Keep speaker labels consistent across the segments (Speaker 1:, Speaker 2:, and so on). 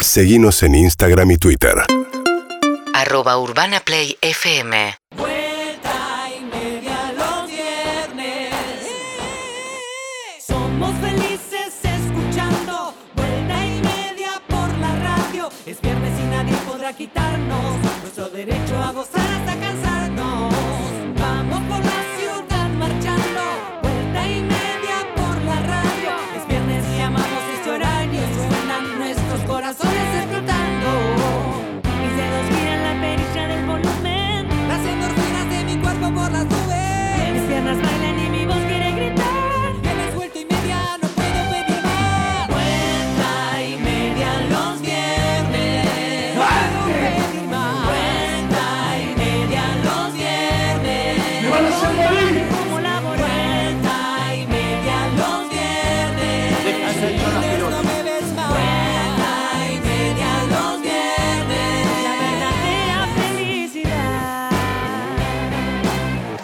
Speaker 1: Seguimos en Instagram y Twitter.
Speaker 2: Arroba Urbana Play FM.
Speaker 3: Vuelta y media los viernes. Somos felices escuchando Vuelta y media por la radio. Es viernes y nadie podrá quitarnos nuestro derecho a gozar hasta cansarnos. Vamos por la ciudad marchando Vuelta y media por la radio. Es viernes y amamos este horario. Suenan nuestros corazones explotando. Mis dedos giran la perilla del volumen. Las endorfinas de mi cuerpo por las nubes. Mis piernas bailan y mi voz quiere gritar. Tienes vuelta y media, no puedo pedir más. Vuelta y media los viernes. No puedo pedir más. Vuelta y media los viernes. ¡Me van a hacer morir! Como la vuelta y media los viernes. No me ves más. Vuelta y media los viernes. La verdadera felicidad.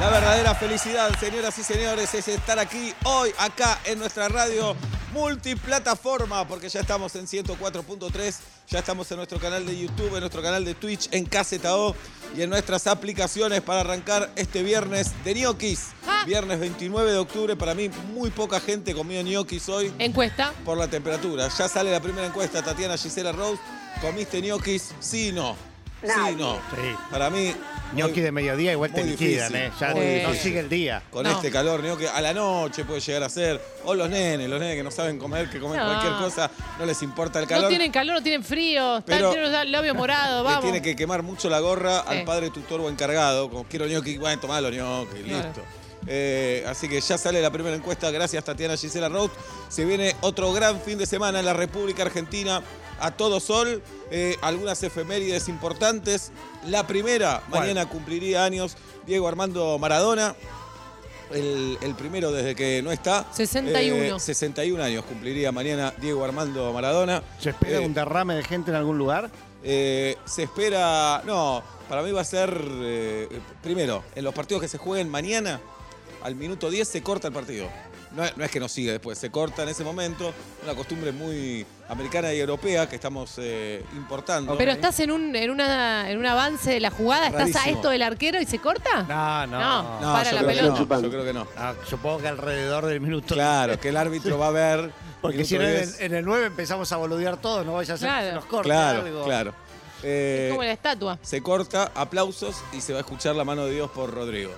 Speaker 4: La verdadera felicidad, señoras y señores, es estar aquí hoy, acá en nuestra radio multiplataforma, porque ya estamos en 104.3, ya estamos en nuestro canal de YouTube, en nuestro canal de Twitch, en KZO y en nuestras aplicaciones para arrancar este viernes de ñoquis. Viernes 29 de octubre, para mí muy poca gente comió ñoquis hoy
Speaker 5: Encuesta.
Speaker 4: por la temperatura. Ya sale la primera encuesta, Tatiana Gisela Rose, ¿comiste ñoquis? Sí, no. Sí, no.
Speaker 6: Sí.
Speaker 4: Para mí...
Speaker 6: Ñoqui de mediodía igual te
Speaker 4: muy
Speaker 6: liquidan,
Speaker 4: difícil,
Speaker 6: ¿eh? Ya
Speaker 4: muy
Speaker 6: no
Speaker 4: difícil.
Speaker 6: sigue el día.
Speaker 4: Con
Speaker 5: No.
Speaker 4: este calor, ¿no? que a la noche puede llegar a ser. O los nenes, los nenes que no saben comer, que comen
Speaker 5: No.
Speaker 4: cualquier cosa, no les importa el
Speaker 5: No
Speaker 4: calor.
Speaker 5: tienen calor, no tienen frío, están
Speaker 4: Pero-
Speaker 5: tienen los labios morados,
Speaker 4: Le
Speaker 5: vamos.
Speaker 4: tiene que quemar mucho la gorra al
Speaker 5: Sí.
Speaker 4: padre tutor o encargado. Como quiero ñoqui, bueno, tomá los ñoqui,
Speaker 5: Claro.
Speaker 4: listo. Eh, así que ya sale la primera encuesta. Gracias, Tatiana Gisela Roth. Se viene otro gran fin de semana en la República Argentina. A todo sol, Eh, algunas efemérides importantes. La primera,
Speaker 6: ¿Cuál?
Speaker 4: mañana cumpliría años Diego Armando Maradona. El, el primero desde que no está. Eh,
Speaker 5: 61.
Speaker 4: 61 años cumpliría mañana Diego Armando Maradona.
Speaker 6: ¿Se espera
Speaker 4: Eh,
Speaker 6: un derrame de gente en algún lugar?
Speaker 4: eh, se espera. No, para mí va a ser. eh, eh, primero, en los partidos que se jueguen mañana, al minuto 10 se corta el partido. No, es- no es que no sigue después, se corta en ese momento. Una costumbre muy americana y europea que estamos eh, importando.
Speaker 5: Pero estás en un, en, una, en un avance de la jugada, estás a
Speaker 4: Rarísimo.
Speaker 5: esto del arquero y se corta.
Speaker 6: No,
Speaker 5: No.
Speaker 6: no.
Speaker 4: No,
Speaker 5: para
Speaker 4: yo,
Speaker 5: la
Speaker 4: creo que
Speaker 5: pelota.
Speaker 4: no yo creo que no.
Speaker 6: Ah, supongo que alrededor del minuto.
Speaker 4: Claro, que el árbitro va a ver.
Speaker 6: Porque
Speaker 4: minuto
Speaker 6: si no, en
Speaker 4: 10.
Speaker 6: el, en el 9 empezamos a boludear todos, no vaya a ser que se
Speaker 5: Claro.
Speaker 6: nos corte
Speaker 4: Claro,
Speaker 6: algo.
Speaker 4: claro. Eh,
Speaker 5: Como la estatua.
Speaker 4: se corta, aplausos y se va a escuchar la mano de Dios por Rodrigo.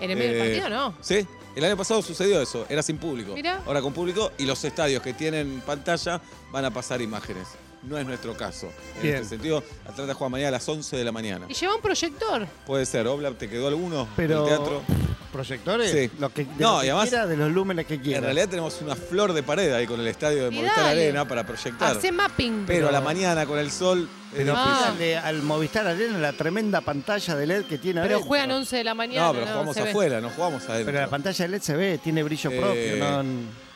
Speaker 5: En el medio del
Speaker 4: Eh,
Speaker 5: partido, no.
Speaker 4: Sí, el año pasado sucedió eso, era sin público.
Speaker 5: Mirá.
Speaker 4: Ahora con público y los estadios que tienen pantalla van a pasar imágenes. No es nuestro caso. En
Speaker 6: Bien.
Speaker 4: este sentido, Atlanta juega mañana a las 11 de la mañana.
Speaker 5: Y lleva un proyector.
Speaker 4: Puede ser, Oblap, ¿te quedó alguno
Speaker 6: Pero.
Speaker 4: del teatro?
Speaker 6: ¿Proyectores?
Speaker 4: Sí.
Speaker 6: Lo que, de
Speaker 4: No,
Speaker 6: lo
Speaker 4: y
Speaker 6: que
Speaker 4: además-
Speaker 6: quiera, de los lúmenes que quiera.
Speaker 4: En realidad tenemos una flor de pared ahí con el estadio de
Speaker 5: Y
Speaker 4: Movistar
Speaker 5: dale.
Speaker 4: Arena para proyectar.
Speaker 5: Hace mapping.
Speaker 4: Pero a la mañana con el sol. es
Speaker 6: Pero
Speaker 5: No.
Speaker 4: difícil.
Speaker 6: pídale al Movistar Arena la tremenda pantalla de LED que tiene
Speaker 5: Pero
Speaker 6: adentro.
Speaker 5: juegan 11 de la mañana.
Speaker 4: no, pero jugamos
Speaker 5: se ve.
Speaker 4: afuera, no jugamos adentro.
Speaker 6: Pero la pantalla de LED se ve, tiene brillo
Speaker 4: Eh,
Speaker 6: propio. no-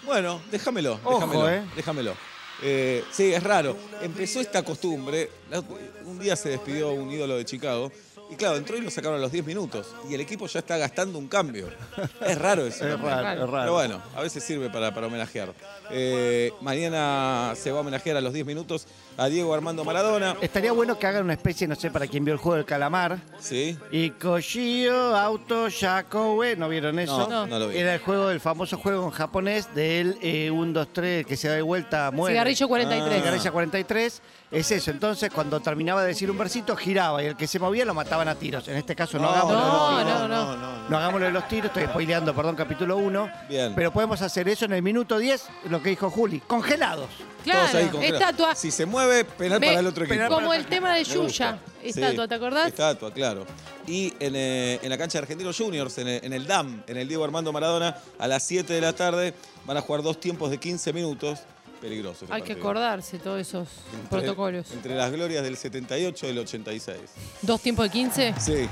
Speaker 4: Bueno, déjamelo,
Speaker 6: Ojo,
Speaker 4: déjamelo,
Speaker 6: eh.
Speaker 4: déjamelo. Eh, sí, es raro. Empezó esta costumbre. la- Un día se despidió un ídolo de Chicago. Y claro, entró y lo sacaron a los 10 minutos. Y el equipo ya está gastando un cambio. Es raro eso.
Speaker 6: Es raro, es
Speaker 4: Pero
Speaker 6: raro.
Speaker 4: bueno, a veces sirve para, para homenajear. Eh, mañana se va a homenajear a los 10 minutos a Diego Armando Maradona.
Speaker 6: Estaría bueno que hagan una especie, no sé, para quien vio el juego del calamar.
Speaker 4: Sí.
Speaker 6: Y Koshio, Auto, Shakowe, ¿no vieron eso?
Speaker 4: No, no lo vi.
Speaker 6: Era el juego, el famoso juego en japonés del eh, 1, 2, 3, que se da de vuelta, muere. Ah.
Speaker 5: Cigarrillo 43.
Speaker 6: Cigarrillo 43. Es eso, entonces cuando terminaba de decir un versito, giraba y el que se movía lo mataban a tiros. En este caso no, hagamos lo de los
Speaker 5: no,
Speaker 6: tiros.
Speaker 5: no, no.
Speaker 6: No hagamos lo de los tiros, estoy spoileando, perdón, capítulo 1.
Speaker 4: Bien.
Speaker 6: Pero podemos hacer eso en el minuto 10, lo que dijo Juli. Congelados.
Speaker 4: Todos ahí
Speaker 5: Claro,
Speaker 4: con-
Speaker 5: estatua.
Speaker 4: Si se mueve, penal
Speaker 5: Me-
Speaker 4: para el otro equipo.
Speaker 5: Como el tema de
Speaker 4: Me gusta.
Speaker 5: Yuya. Estatua,
Speaker 4: Sí,
Speaker 5: ¿te acordás?
Speaker 4: Estatua, claro. Y en, eh, en la cancha de Argentinos Juniors, en el, en el DAM, en el Diego Armando Maradona, a las 7 de la tarde van a jugar dos tiempos de 15 minutos. Peligroso. este
Speaker 5: Hay que
Speaker 4: partido.
Speaker 5: acordarse todos esos
Speaker 4: Entre-
Speaker 5: protocolos.
Speaker 4: Entre las glorias del 78 y del 86.
Speaker 5: Dos tiempos de Oh, 15.
Speaker 4: Sí.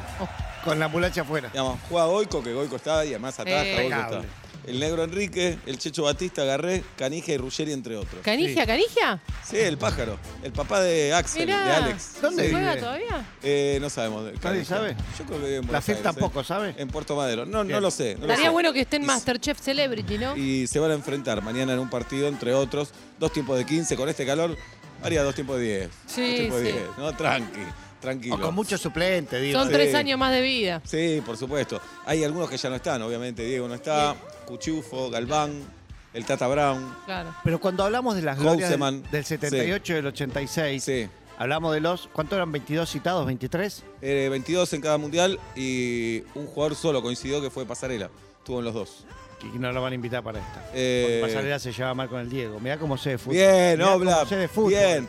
Speaker 6: Con la ambulancia afuera.
Speaker 4: Digamos, juega Goico, que Goico está y además ataja,
Speaker 5: Eh.
Speaker 4: Goico está.
Speaker 6: Impecable.
Speaker 4: El negro Enrique, el Checho Batista, Garré, Canija y Ruggeri, entre otros.
Speaker 5: ¿Canija, canija?
Speaker 4: Sí, el pájaro. El papá de Axel, de
Speaker 5: Mirá.
Speaker 4: Alex.
Speaker 6: ¿Dónde
Speaker 5: ¿Se
Speaker 6: vive?
Speaker 5: juega todavía?
Speaker 4: Eh, no sabemos. de- Canija.
Speaker 6: sabe?
Speaker 4: Yo creo que vive en
Speaker 6: La
Speaker 4: Buenos
Speaker 6: FIP
Speaker 4: Aires,
Speaker 6: tampoco,
Speaker 4: eh.
Speaker 6: ¿sabe?
Speaker 4: En Puerto Madero. No, no
Speaker 6: Bien.
Speaker 4: lo sé. no lo
Speaker 5: Estaría
Speaker 4: sé.
Speaker 5: bueno que esté en
Speaker 4: Y-
Speaker 5: Masterchef Celebrity, ¿no?
Speaker 4: Y se van a enfrentar mañana en un partido, entre otros, dos tiempos de 15 con este calor. Haría dos tiempos de 10.
Speaker 5: Sí,
Speaker 4: dos tiempos de
Speaker 5: sí.
Speaker 4: 10, ¿no? Tranqui, tranquilo.
Speaker 6: O con muchos suplentes, digo.
Speaker 5: Son
Speaker 4: Sí.
Speaker 5: tres años más de vida.
Speaker 4: Sí, por supuesto. Hay algunos que ya no están, obviamente. Diego no está, Cuchufo, Galván, el Tata Brown.
Speaker 5: Claro.
Speaker 6: Pero cuando hablamos de las glorias
Speaker 4: Houseman.
Speaker 6: del, del 78 y del 86,
Speaker 4: Sí.
Speaker 6: hablamos de los. ¿Cuántos eran? ¿22 citados? ¿23?
Speaker 4: Eh, 22 en cada mundial y un jugador solo coincidió que fue Pasarela. Estuvo en los dos.
Speaker 6: Que no lo van a invitar para esta.
Speaker 4: Eh,
Speaker 6: Porque Pasarela se lleva mal con el Diego. Mirá cómo se de fútbol.
Speaker 4: Bien,
Speaker 6: Mirá cómo
Speaker 4: Obla.
Speaker 6: sé de fútbol.
Speaker 4: Bien.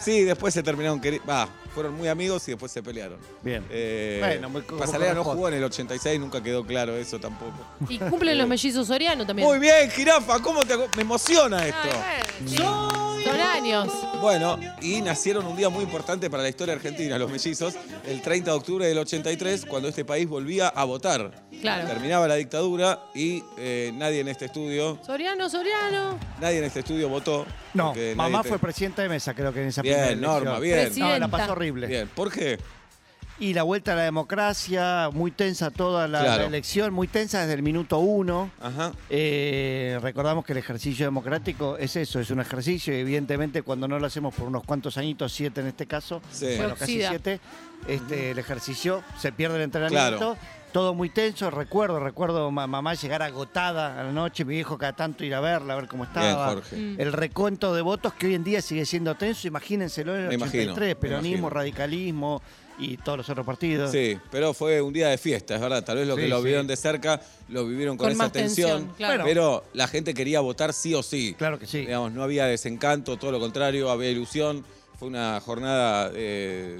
Speaker 4: Sí, después se terminaron queri- Va, fueron muy amigos y después se pelearon.
Speaker 6: Bien.
Speaker 4: Eh,
Speaker 6: Bueno, muy co-
Speaker 4: Pasarela no
Speaker 6: como-
Speaker 4: jugó en el 86, nunca quedó claro eso tampoco.
Speaker 5: Y cumplen los mellizos Soriano también.
Speaker 4: Muy bien, jirafa, ¿cómo te aco- me emociona esto?
Speaker 5: Ay, bueno, sí. Son años.
Speaker 4: Bueno, y nacieron un día muy importante para la historia argentina, los mellizos, el 30 de octubre del 83, cuando este país volvía a votar.
Speaker 5: Claro.
Speaker 4: Terminaba la dictadura y eh, nadie en este estudio,
Speaker 5: Soriano, Soriano.
Speaker 4: nadie en este estudio votó.
Speaker 6: No,
Speaker 4: porque
Speaker 6: mamá
Speaker 4: nadie
Speaker 6: fue
Speaker 4: te-
Speaker 6: presidenta de mesa, creo que en esa
Speaker 4: Bien,
Speaker 6: primera elección.
Speaker 4: Norma, bien.
Speaker 6: No, la
Speaker 5: Presidenta.
Speaker 6: pasó horrible.
Speaker 4: Bien, ¿por qué?
Speaker 6: Y la vuelta a la democracia, muy tensa toda la,
Speaker 4: Claro.
Speaker 6: la elección, muy tensa desde el minuto uno.
Speaker 4: Ajá.
Speaker 6: Eh, recordamos que el ejercicio democrático es eso, es un ejercicio y evidentemente cuando no lo hacemos por unos cuantos añitos, siete en este caso,
Speaker 4: Sí.
Speaker 6: bueno, casi
Speaker 5: Oxida.
Speaker 6: siete, este, el ejercicio se pierde el entrenamiento,
Speaker 4: Claro.
Speaker 6: todo muy tenso, recuerdo, recuerdo ma- mamá llegar agotada a la noche, mi viejo cada tanto ir a verla, a ver cómo
Speaker 4: Bien,
Speaker 6: estaba.
Speaker 4: Jorge.
Speaker 6: El recuento de votos que hoy en día sigue siendo tenso, imagínenselo en el
Speaker 4: Me imagino,
Speaker 6: 83,
Speaker 4: me
Speaker 6: peronismo,
Speaker 4: imagino.
Speaker 6: radicalismo y todos los otros partidos.
Speaker 4: Sí, pero fue un día de fiesta, es verdad. Tal vez los
Speaker 6: Sí,
Speaker 4: que lo
Speaker 6: sí.
Speaker 4: vieron de cerca lo vivieron con,
Speaker 5: Con
Speaker 4: esa
Speaker 5: más
Speaker 4: tensión.
Speaker 5: tensión, claro.
Speaker 4: Pero la gente quería votar sí o sí.
Speaker 6: Claro que sí.
Speaker 4: Digamos, no había desencanto, todo lo contrario, había ilusión. Fue una jornada. eh,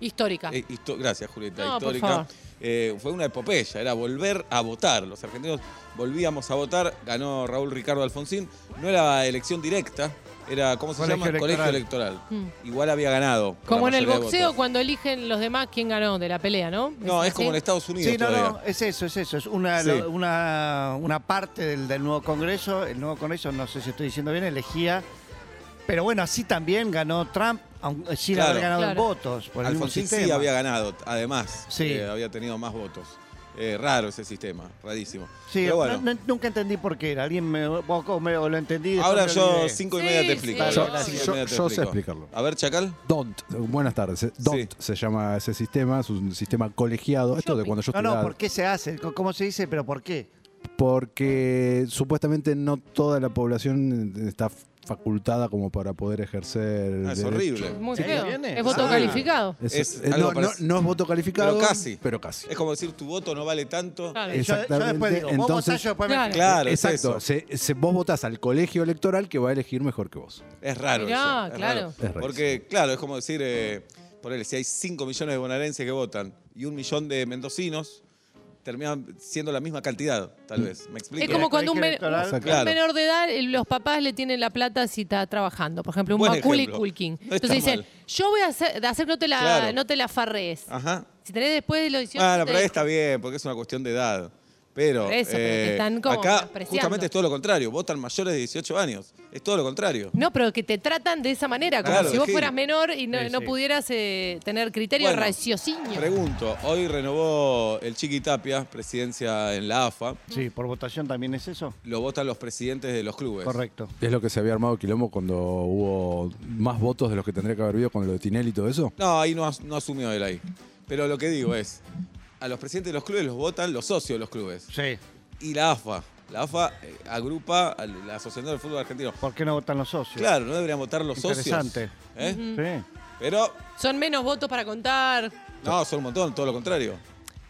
Speaker 5: Histórica.
Speaker 4: eh, histo- Gracias, Julieta,
Speaker 5: No, por
Speaker 4: histórica.
Speaker 5: favor.
Speaker 4: Eh, fue una epopeya, era volver a votar. Los argentinos volvíamos a votar, ganó Raúl Ricardo Alfonsín. No era elección directa, era, ¿cómo se
Speaker 6: Colegio
Speaker 4: llama? Colegio electoral. Igual había ganado. por
Speaker 5: Mm. Como en
Speaker 4: la
Speaker 5: el
Speaker 4: mayoría de
Speaker 5: boxeo,
Speaker 4: votos.
Speaker 5: cuando eligen los demás quién ganó de la pelea, ¿no?
Speaker 4: No, es como en
Speaker 5: así?
Speaker 4: Estados Unidos.
Speaker 6: Sí, no,
Speaker 4: todavía.
Speaker 6: no, es eso, es eso. Es una,
Speaker 4: Sí.
Speaker 6: la- una, una parte del, del nuevo Congreso. El nuevo Congreso, no sé si estoy diciendo bien, elegía. Pero bueno, así también ganó Trump, aun- eh, sin
Speaker 4: Claro.
Speaker 6: haber ganado
Speaker 5: Claro.
Speaker 6: en votos. Por el mismo
Speaker 4: Alfonsín sí
Speaker 6: sistema.
Speaker 4: había ganado, además.
Speaker 6: Sí.
Speaker 4: Eh, había tenido más votos. Eh, raro ese sistema, rarísimo.
Speaker 6: Sí,
Speaker 4: Pero bueno,
Speaker 6: no- no- nunca entendí por qué era. Alguien me, vos- vos me- lo entendí. después
Speaker 4: ahora
Speaker 6: me
Speaker 4: yo
Speaker 6: olvidé.
Speaker 4: cinco y
Speaker 5: Sí,
Speaker 4: media te
Speaker 5: sí.
Speaker 4: explico.
Speaker 5: Dale,
Speaker 4: Ahora
Speaker 5: dale.
Speaker 4: cinco y
Speaker 7: Yo-
Speaker 4: media te
Speaker 7: yo sé
Speaker 4: explico.
Speaker 7: explicarlo.
Speaker 4: A ver, Chacal.
Speaker 7: DONT, buenas tardes. DONT se llama ese sistema, es un sistema colegiado. Esto de cuando yo
Speaker 6: No, no,
Speaker 7: estudiaba-
Speaker 6: ¿por qué se hace? Co- ¿Cómo se dice? ¿Pero por qué?
Speaker 7: Porque supuestamente no toda la población está facultada como para poder ejercer. el
Speaker 4: Ah, es
Speaker 7: derecho.
Speaker 4: horrible.
Speaker 5: Muy
Speaker 6: ¿Sí?
Speaker 5: feo.
Speaker 6: ¿Viene?
Speaker 5: Es voto
Speaker 4: Ah.
Speaker 5: calificado.
Speaker 7: Es-
Speaker 4: Es
Speaker 7: eh,
Speaker 4: algo
Speaker 7: no, no,
Speaker 4: parec-
Speaker 7: no es voto calificado.
Speaker 4: Pero casi.
Speaker 7: Pero casi.
Speaker 4: Es como decir, tu voto no vale tanto.
Speaker 5: Claro.
Speaker 7: Es-
Speaker 6: Yo- Yo, después
Speaker 7: Exactamente,
Speaker 6: digo, vos
Speaker 7: entonces-
Speaker 6: votás, yo después me-
Speaker 5: Claro.
Speaker 4: Claro, es
Speaker 7: Exacto.
Speaker 4: eso.
Speaker 7: Se- se- vos votás al colegio electoral que va a elegir mejor que vos.
Speaker 4: Es raro
Speaker 5: Mirá,
Speaker 4: eso. es
Speaker 5: claro.
Speaker 4: raro.
Speaker 7: Es rarísimo.
Speaker 4: Porque, claro, es como decir, eh, ponele, si hay 5 millones de bonaerenses que votan y un millón de mendocinos, terminan siendo la misma cantidad,
Speaker 7: Mm.
Speaker 4: tal vez. ¿Me explico?
Speaker 5: Es como cuando un, men-
Speaker 6: electoral.
Speaker 5: un
Speaker 7: Exacto.
Speaker 4: Claro.
Speaker 5: menor de edad, eh, los papás le tienen la plata si está trabajando. Por ejemplo, un
Speaker 4: Buen
Speaker 5: Maculi
Speaker 4: ejemplo.
Speaker 5: Culkin.
Speaker 4: No está
Speaker 5: Entonces dicen,
Speaker 4: mal.
Speaker 5: yo voy a hacer, de hacer no te la,
Speaker 4: Claro.
Speaker 5: no te la farrees.
Speaker 4: Ajá.
Speaker 5: Si tenés después de los 18.
Speaker 4: Ah,
Speaker 5: te
Speaker 4: no, pero ahí
Speaker 5: dejo.
Speaker 4: está bien, porque es una cuestión de edad. Pero, eh,
Speaker 5: Por eso, pero te están como
Speaker 4: acá
Speaker 5: menospreciando.
Speaker 4: justamente es todo lo contrario. Votan mayores de 18 años. Es todo lo contrario.
Speaker 5: No, pero que te tratan de esa manera, como
Speaker 4: Claro,
Speaker 5: si vos
Speaker 4: sí.
Speaker 5: fueras menor y no,
Speaker 6: Sí,
Speaker 5: no
Speaker 6: sí.
Speaker 5: pudieras eh, tener criterio
Speaker 4: Bueno,
Speaker 5: de raciocinio.
Speaker 4: Pregunto, hoy renovó el Chiqui Tapia, presidencia en la AFA.
Speaker 6: Sí, por votación también es eso.
Speaker 4: Lo votan los presidentes de los clubes.
Speaker 6: Correcto.
Speaker 7: Es lo que se había armado Quilombo cuando hubo más votos de los que tendría que haber habido con lo de Tinelli y todo eso.
Speaker 4: No, ahí no, as- no asumió él ahí. Pero lo que digo es, a los presidentes de los clubes los votan los socios de los clubes.
Speaker 6: Sí.
Speaker 4: Y la AFA. La AFA eh, agrupa a la Asociación del Fútbol Argentino.
Speaker 6: ¿Por qué no votan los socios?
Speaker 4: Claro, no deberían votar los socios.
Speaker 6: Interesante.
Speaker 4: ¿eh?
Speaker 5: Mm.
Speaker 6: Sí.
Speaker 4: Pero,
Speaker 5: Son menos votos para contar.
Speaker 4: no, son un montón, todo lo contrario.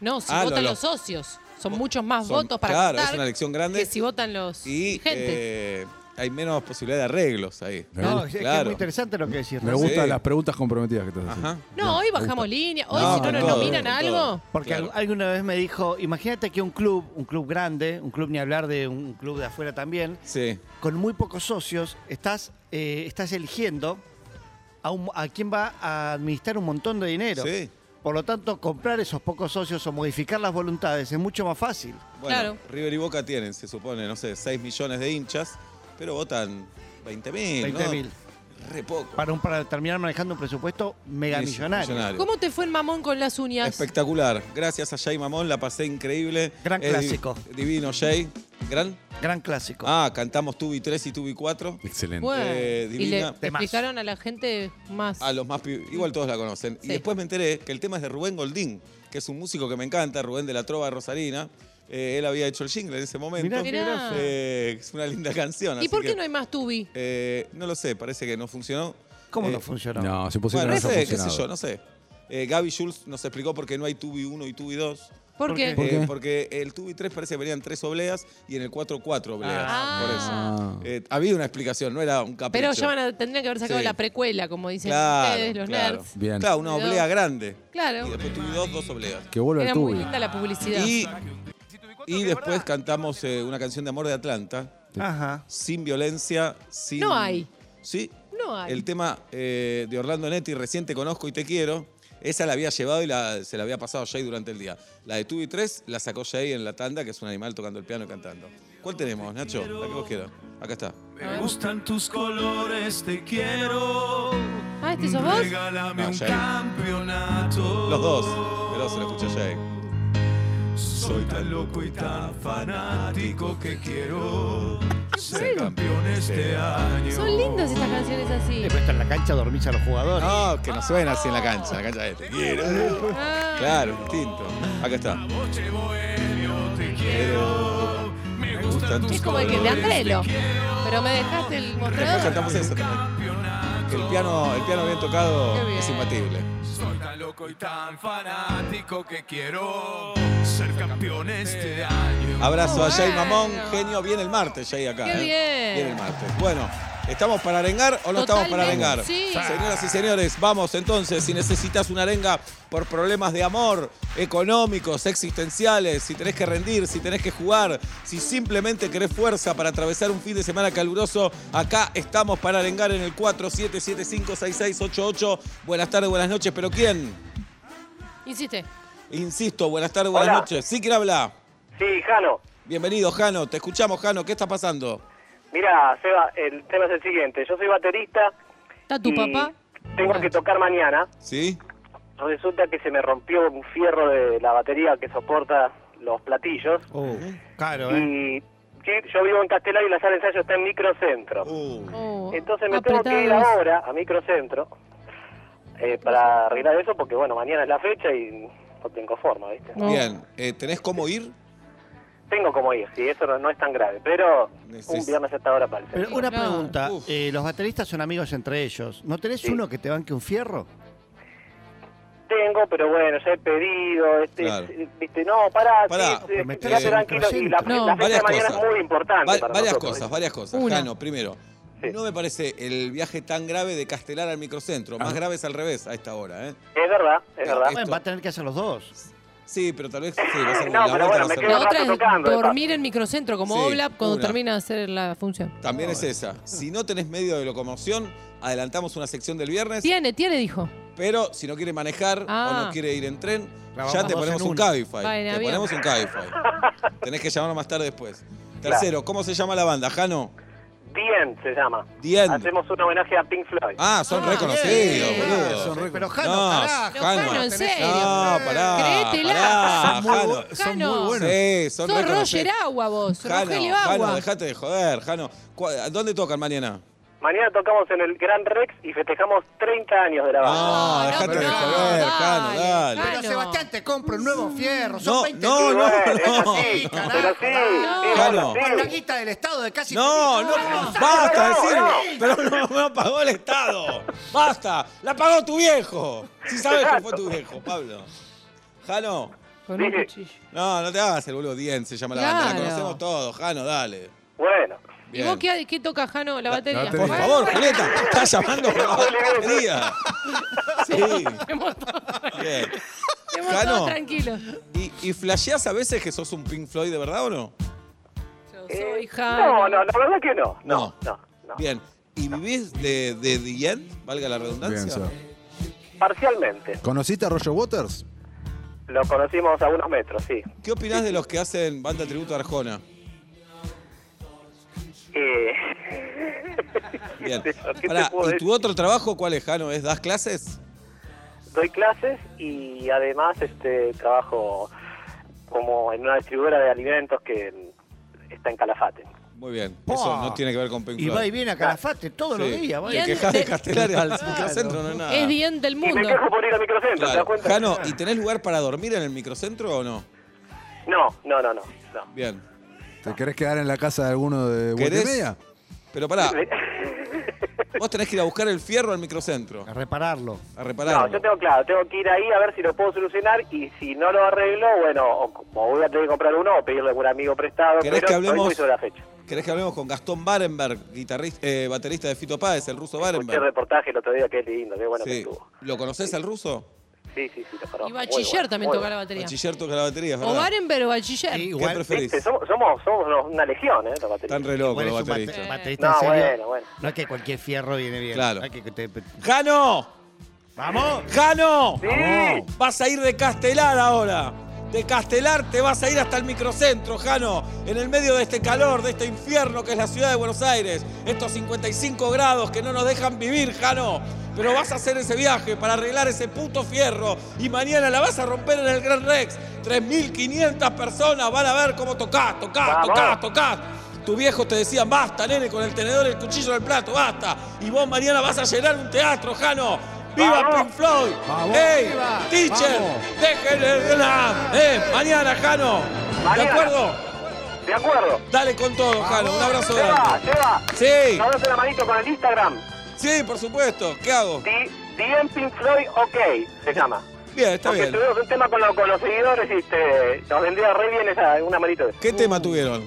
Speaker 5: No, si
Speaker 4: Ah, lo-
Speaker 5: votan
Speaker 4: lo-
Speaker 5: los socios. Son muchos más
Speaker 4: Son-
Speaker 5: votos para
Speaker 4: claro,
Speaker 5: contar.
Speaker 4: es una elección grande.
Speaker 5: Que si votan los
Speaker 4: Y
Speaker 5: dirigentes.
Speaker 4: eh, hay menos posibilidad de arreglos ahí.
Speaker 6: No, es, que es
Speaker 4: Claro.
Speaker 6: muy interesante lo que decís.
Speaker 7: Me
Speaker 6: Ramiro.
Speaker 7: gustan
Speaker 4: Sí.
Speaker 7: las preguntas comprometidas que te haciendo.
Speaker 4: Ajá.
Speaker 5: No, hoy bajamos línea. Hoy
Speaker 4: No,
Speaker 5: si no
Speaker 4: con
Speaker 5: nos
Speaker 4: todo,
Speaker 5: nominan
Speaker 4: con
Speaker 5: a
Speaker 4: todo.
Speaker 5: algo.
Speaker 6: Porque
Speaker 4: Claro.
Speaker 6: al- alguna vez me dijo, imagínate que un club, un club grande, un club ni hablar de un club de afuera también,
Speaker 4: Sí.
Speaker 6: con muy pocos socios, estás, eh, estás eligiendo a, un- a quién va a administrar un montón de dinero.
Speaker 4: Sí.
Speaker 6: Por lo tanto, comprar esos pocos socios o modificar las voluntades es mucho más fácil.
Speaker 4: Bueno,
Speaker 5: Claro.
Speaker 4: River y Boca tienen, se supone, no sé, 6 millones de hinchas, pero votan 20 mil.
Speaker 6: 20.000.
Speaker 4: Es Re poco.
Speaker 6: para, un- para terminar manejando un presupuesto megamillonario.
Speaker 4: Millonario.
Speaker 5: ¿Cómo te fue en Mamón con las uñas?
Speaker 4: Espectacular. Gracias a Jay Mamón, la pasé increíble.
Speaker 6: Gran
Speaker 4: Es
Speaker 6: clásico.
Speaker 4: div- Divino Jay. Gran.
Speaker 6: Gran clásico.
Speaker 4: Ah, cantamos Tubi 3 y Tubi 4.
Speaker 8: Excelente.
Speaker 5: Bueno,
Speaker 4: Eh,
Speaker 5: y le
Speaker 4: divina.
Speaker 6: Temazo.
Speaker 5: explicaron a la gente más.
Speaker 4: A los más pi- igual todos la conocen. Y
Speaker 5: Sí.
Speaker 4: después me enteré que el tema es de Rubén Goldín, que es un músico que me encanta, Rubén de la Trova Rosarina. Eh, él había hecho el jingle en ese momento.
Speaker 6: Mirá,
Speaker 5: Mirá. mirá.
Speaker 4: Eh, es una linda canción. eh,
Speaker 5: ¿Y por qué no hay más tubi?
Speaker 4: no lo sé, parece que no funcionó.
Speaker 6: ¿Cómo
Speaker 4: eh,
Speaker 6: no funcionó?
Speaker 8: No, se pusieron
Speaker 4: Bueno, no
Speaker 8: a
Speaker 4: sé, qué sé yo, no sé. Eh, Gaby Jules nos explicó por qué no hay Tubi 1 y Tubi 2.
Speaker 5: ¿Por,
Speaker 6: ¿Por
Speaker 5: qué?
Speaker 7: qué?
Speaker 4: Eh, porque el Tubi 3 parece que venían tres obleas y en el 4 cuatro obleas.
Speaker 5: Ah.
Speaker 4: Por eso. Eh, había una explicación, no era un capricho.
Speaker 5: Pero ya van a- tendrían que haber sacado
Speaker 4: Sí.
Speaker 5: la precuela, como dicen
Speaker 4: Claro,
Speaker 5: ustedes, los
Speaker 4: claro.
Speaker 5: nerds.
Speaker 8: Bien.
Speaker 4: Claro, una
Speaker 5: Tubi
Speaker 4: oblea
Speaker 5: dos.
Speaker 4: grande.
Speaker 5: Claro.
Speaker 4: Y después Tubi 2, dos obleas.
Speaker 7: Que vuelva
Speaker 5: Era
Speaker 7: el
Speaker 5: muy
Speaker 7: tubi.
Speaker 5: linda la publicidad.
Speaker 4: Y, y después cantamos eh, una canción de amor de Atlanta,
Speaker 6: Ajá.
Speaker 4: sin violencia, sin...
Speaker 5: No hay.
Speaker 4: Sí.
Speaker 5: No hay.
Speaker 4: El tema eh, de Orlando Netti, recién te conozco y te quiero, esa la había llevado y la- se la había pasado Jay durante el día. La de Tubi 3 la sacó Jay en la tanda, que es un animal tocando el piano y cantando. ¿Cuál tenemos, Nacho? La que vos quieras. Acá está.
Speaker 9: Me gustan tus colores, te quiero.
Speaker 5: Ah, ¿este sos vos?
Speaker 9: Regálame
Speaker 4: No,
Speaker 9: un
Speaker 4: Ah, Jay.
Speaker 9: campeonato.
Speaker 4: Los dos. Pero se la escucha Jay.
Speaker 9: Soy tan loco y tan fanático que quiero ser campeón este año.
Speaker 5: Son lindas estas canciones así.
Speaker 6: Eh, pero está en la cancha dormís a los jugadores.
Speaker 4: No, que no suena así en la cancha. En la cancha de te quiero.
Speaker 5: Ah.
Speaker 4: Claro, distinto. Acá está.
Speaker 9: Noche bohemio, te quiero. Me
Speaker 4: gustan
Speaker 9: gustan
Speaker 4: tus
Speaker 9: tus
Speaker 5: Es como el que de
Speaker 9: colores,
Speaker 5: Andrelo. Pero me dejaste el
Speaker 4: Después
Speaker 5: mostrador.
Speaker 4: cantamos eso también. Que el piano, el piano bien tocado
Speaker 5: Qué bien.
Speaker 4: es imbatible.
Speaker 9: Soy tan loco y tan fanático que quiero ser campeón este año.
Speaker 4: Abrazo a Jay
Speaker 5: Bueno.
Speaker 4: Mamón, genio. Viene el martes, Jay, acá.
Speaker 5: Qué
Speaker 4: ¿eh?
Speaker 5: bien.
Speaker 4: Viene el martes. Bueno, ¿estamos para arengar o no estamos para
Speaker 5: Totalmente,
Speaker 4: arengar?
Speaker 5: sí.
Speaker 4: Señoras y señores, vamos entonces. Si necesitas una arenga por problemas de amor, económicos, existenciales, si tenés que rendir, si tenés que jugar, si simplemente querés fuerza para atravesar un fin de semana caluroso, acá estamos para arengar en el 47756688. Buenas tardes, buenas noches, pero ¿quién?
Speaker 5: Insiste.
Speaker 4: Insisto, buenas tardes, buenas
Speaker 10: Hola.
Speaker 4: noches. ¿Sí quién habla?
Speaker 10: Sí, Jano.
Speaker 4: Bienvenido, Jano. Te escuchamos, Jano. ¿Qué está pasando?
Speaker 10: Mira, Seba, el tema es el siguiente. Yo soy baterista.
Speaker 5: ¿Está tu
Speaker 10: y
Speaker 5: papá?
Speaker 10: Tengo que tocar mañana.
Speaker 4: ¿Sí?
Speaker 10: Resulta que se me rompió un fierro de la batería que soporta los platillos.
Speaker 6: Oh,
Speaker 4: Ah,
Speaker 6: caro, ¿eh?
Speaker 10: Y sí, yo vivo en Castelar y la sala de ensayo está en Microcentro.
Speaker 4: Uh.
Speaker 5: Oh,
Speaker 10: Entonces me tengo que ir
Speaker 5: apretados.
Speaker 10: ahora a Microcentro eh, para arreglar eso porque, bueno, mañana es la fecha y no tengo forma, ¿viste?
Speaker 5: No.
Speaker 4: Bien. Eh, ¿Tenés cómo ir?
Speaker 10: Tengo como ir, sí, eso no, no es tan grave. Pero
Speaker 4: Neces-
Speaker 10: un viernes a esta hora para el
Speaker 6: Pero
Speaker 10: centro.
Speaker 6: una
Speaker 5: Claro.
Speaker 6: pregunta,
Speaker 4: Uf.
Speaker 6: eh, los bateristas son amigos entre ellos. ¿No tenés
Speaker 10: Sí.
Speaker 6: uno que te banque un fierro?
Speaker 10: Tengo, pero bueno, ya he pedido, este,
Speaker 4: Claro.
Speaker 10: viste, no, pará,
Speaker 4: Pará,
Speaker 10: sí, sí,
Speaker 6: metete
Speaker 10: quédate
Speaker 4: en
Speaker 10: tranquilo, y la, la
Speaker 5: Microcentro. No.
Speaker 10: fecha de
Speaker 4: Varias
Speaker 10: mañana
Speaker 4: cosas.
Speaker 10: es muy importante
Speaker 4: Va-
Speaker 10: para
Speaker 4: varias
Speaker 10: nosotros.
Speaker 4: cosas, varias cosas.
Speaker 5: Una.
Speaker 4: Jano, primero.
Speaker 10: Sí.
Speaker 4: No me parece el viaje tan grave de Castelar al
Speaker 10: Ah.
Speaker 4: microcentro. Más grave es al revés a esta hora, ¿eh?
Speaker 10: Es verdad, es
Speaker 4: Claro,
Speaker 10: verdad.
Speaker 4: Esto.
Speaker 6: Bueno, va a tener que hacer los dos.
Speaker 4: Sí, pero tal vez sí, va a ser
Speaker 10: No,
Speaker 4: la vuelta
Speaker 10: pero bueno,
Speaker 4: va a
Speaker 10: me
Speaker 4: ser-
Speaker 10: quedo
Speaker 5: La
Speaker 10: un
Speaker 5: otra
Speaker 10: rato
Speaker 5: es
Speaker 10: tocando, de
Speaker 5: dormir en microcentro como
Speaker 4: Sí,
Speaker 5: Oblap cuando
Speaker 4: una.
Speaker 5: termina de hacer la función.
Speaker 4: También es esa. Si no tenés medio de locomoción, adelantamos una sección del viernes.
Speaker 5: Tiene, tiene, dijo.
Speaker 4: Pero si no quiere manejar
Speaker 5: Ah.
Speaker 4: o no quiere ir en tren,
Speaker 6: La vamos
Speaker 4: ya te
Speaker 6: dos
Speaker 4: ponemos
Speaker 6: en
Speaker 4: un
Speaker 6: una.
Speaker 4: Cabify.
Speaker 5: Va en
Speaker 4: te
Speaker 5: avión.
Speaker 4: ponemos un Cabify. Tenés que llamarnos más tarde después. Tercero, ¿cómo se llama la banda, Jano?
Speaker 10: Dien se llama.
Speaker 4: The End.
Speaker 10: Hacemos un homenaje a Pink Floyd.
Speaker 4: Ah, son
Speaker 5: Ah,
Speaker 4: reconocidos,
Speaker 5: bien.
Speaker 4: boludo.
Speaker 7: Son re-
Speaker 6: Pero Jano,
Speaker 4: No,
Speaker 6: carajo.
Speaker 5: Jano, Jano, en serio.
Speaker 4: No, pará.
Speaker 5: Créetela.
Speaker 4: pará,
Speaker 5: Son muy
Speaker 4: Jano.
Speaker 5: bu- son muy Jano. buenos.
Speaker 4: Sí, son
Speaker 5: Sos
Speaker 4: reconocidos.
Speaker 5: Roger Agua vos, Rogelio
Speaker 4: Jano, Jano,
Speaker 5: Agua.
Speaker 4: dejate de joder, Jano. Cua- ¿Dónde tocan mañana?
Speaker 10: Mañana tocamos en el Gran Rex y festejamos 30 años de la banda.
Speaker 4: No, Ah, dejate
Speaker 6: no,
Speaker 4: de
Speaker 6: no,
Speaker 4: joder, Jano, dale.
Speaker 5: dale.
Speaker 6: Pero Sebastián, te compro un nuevo fierro. Son
Speaker 4: No,
Speaker 6: 20
Speaker 4: no,
Speaker 10: Y
Speaker 6: lucas.
Speaker 4: no,
Speaker 10: bueno,
Speaker 4: no.
Speaker 10: es así,
Speaker 6: Sí, carajo,
Speaker 10: pero sí,
Speaker 6: pará.
Speaker 10: sí,
Speaker 4: Jano.
Speaker 10: bueno,
Speaker 6: Con la
Speaker 10: sí.
Speaker 6: guita del Estado de casi.
Speaker 4: No, no, basta
Speaker 10: no,
Speaker 4: decirlo.
Speaker 10: no.
Speaker 4: Pero no, no pagó el Estado. Basta. La pagó tu viejo. Si sabes que fue tu viejo, Pablo. Jano.
Speaker 5: Con un
Speaker 10: Dije-
Speaker 5: cuchillo.
Speaker 4: No, no te hagas el boludo. Dien se llama la banda. La
Speaker 5: Claro.
Speaker 4: conocemos todos. Jano, dale.
Speaker 10: Bueno,
Speaker 5: ¿Y
Speaker 4: Bien.
Speaker 5: vos qué, qué toca, Jano? La batería.
Speaker 8: batería.
Speaker 4: Por favor, Julieta, estás llamando por la batería. Sí.
Speaker 5: Estemos todos-
Speaker 4: Bien.
Speaker 5: estemos
Speaker 4: Jano.
Speaker 5: todos tranquilos.
Speaker 4: ¿Y, ¿Y flasheás a veces que sos un Pink Floyd de verdad o no?
Speaker 5: Yo
Speaker 10: eh,
Speaker 5: soy Jano.
Speaker 10: no, no, la verdad que no.
Speaker 4: No.
Speaker 10: No, no, no.
Speaker 4: Bien. ¿Y vivís de, de The End? Valga la redundancia.
Speaker 7: Bien, Seba.
Speaker 10: Parcialmente.
Speaker 7: ¿Conociste a Roger Waters?
Speaker 10: Lo conocimos a unos metros, sí.
Speaker 4: ¿Qué opinás de los que hacen banda tributo a Arjona?
Speaker 10: Eh,
Speaker 4: Bien.
Speaker 10: ¿Qué te
Speaker 4: Pará,
Speaker 10: puedo
Speaker 4: ¿Y tu
Speaker 10: decir?
Speaker 4: otro trabajo cuál es, Jano? ¿Es das clases?
Speaker 10: Doy clases y además este trabajo como en una distribuidora de alimentos que está en Calafate.
Speaker 4: Muy bien.
Speaker 6: ¡Pah!
Speaker 4: Eso no tiene que ver con Pink
Speaker 6: Y
Speaker 4: Floyd.
Speaker 6: va y viene a Calafate todos
Speaker 4: Sí.
Speaker 6: los días. va y-
Speaker 5: Y
Speaker 4: Te
Speaker 5: Bien,
Speaker 4: quejas de
Speaker 5: de-
Speaker 4: Castelar al
Speaker 6: Claro.
Speaker 4: microcentro, no es nada.
Speaker 5: Es bien del
Speaker 10: Y me
Speaker 5: mundo.
Speaker 10: quejo por ir al microcentro, ¿te das
Speaker 4: Claro.
Speaker 10: cuenta?
Speaker 4: Jano, ¿y tenés lugar para dormir en el microcentro o no?
Speaker 10: No, no, no, no. no.
Speaker 4: Bien.
Speaker 7: ¿Te querés quedar en la casa de alguno de
Speaker 4: ¿Querés?
Speaker 7: Wikimedia?
Speaker 4: Pero pará, vos tenés que ir a buscar el fierro al microcentro,
Speaker 6: A repararlo.
Speaker 4: a
Speaker 10: No,
Speaker 4: repararlo.
Speaker 10: yo tengo claro, tengo que ir ahí a ver si lo puedo solucionar y si no lo arreglo, bueno, o, o voy a tener que comprar uno o pedirle a algún amigo prestado,
Speaker 4: ¿Querés
Speaker 10: pero
Speaker 4: que
Speaker 10: estoy
Speaker 4: hablemos?
Speaker 10: muy sobre la fecha.
Speaker 4: ¿Querés que hablemos con Gastón Barenberg, guitarrista, eh, baterista de Fito Páez, el ruso
Speaker 10: Escuché el
Speaker 4: Barenberg?
Speaker 10: reportaje el otro día, que es lindo, qué bueno que
Speaker 4: Sí.
Speaker 10: estuvo.
Speaker 4: ¿Lo conocés al ruso?
Speaker 10: Sí, sí, sí, lo conozco.
Speaker 5: Y
Speaker 10: Muy
Speaker 5: Bachiller
Speaker 10: bueno,
Speaker 5: también
Speaker 10: muy
Speaker 5: toca la
Speaker 10: bueno.
Speaker 5: batería.
Speaker 4: Bachiller toca la batería, es
Speaker 5: O
Speaker 4: ¿verdad?
Speaker 5: Barenberg o Bachiller.
Speaker 6: Sí,
Speaker 4: ¿Qué
Speaker 6: igual,
Speaker 4: preferís?
Speaker 10: Viste, somos, Este, somos, somos una legión, ¿eh? Los
Speaker 4: Están
Speaker 10: bateristas.
Speaker 4: re locos
Speaker 6: igual es
Speaker 4: los
Speaker 6: un bate-
Speaker 4: bateristas.
Speaker 6: baterista
Speaker 10: No,
Speaker 6: en serio.
Speaker 10: bueno, bueno.
Speaker 6: No es que cualquier fierro viene bien.
Speaker 4: Claro.
Speaker 6: No es que te- te-
Speaker 4: ¡Jano!
Speaker 6: ¡Vamos!
Speaker 4: ¡Jano!
Speaker 10: Sí.
Speaker 4: Vas a ir de Castelar ahora. De Castelar te vas a ir hasta el microcentro, Jano. En el medio de este calor, de este infierno que es la ciudad de Buenos Aires. Estos 55 grados que no nos dejan vivir, Jano. Pero vas a hacer ese viaje para arreglar ese puto fierro. Y mañana la vas a romper en el Gran Rex. 3.500 personas van a ver cómo tocás, tocás,
Speaker 10: Vamos.
Speaker 4: tocás, tocás. Tu viejo te decía, basta, nene, con el tenedor, el cuchillo, el plato, basta. Y vos mañana vas a llenar un teatro, Jano. ¡Viva
Speaker 10: Vamos.
Speaker 4: Pink Floyd!
Speaker 7: Vamos,
Speaker 4: ¡Ey!
Speaker 7: viva,
Speaker 4: ¡Teacher!
Speaker 7: vamos.
Speaker 4: ¡Déjenle la! ¡Eh! ¡Mañana, Jano! ¿De
Speaker 10: Mañana.
Speaker 4: acuerdo?
Speaker 10: De acuerdo.
Speaker 4: Dale con todo, Jano. Un abrazo
Speaker 10: Se va,
Speaker 4: grande.
Speaker 10: se va.
Speaker 4: Sí,
Speaker 10: Nos la manito con el Instagram.
Speaker 4: sí, por supuesto. ¿Qué hago?
Speaker 10: Di- DM Pink Floyd OK se llama.
Speaker 4: Bien, está
Speaker 10: Porque
Speaker 4: bien.
Speaker 10: tuvimos un tema con, lo- con los seguidores y este, nos vendría re bien esa, una manito de
Speaker 4: ¿Qué tema tuvieron?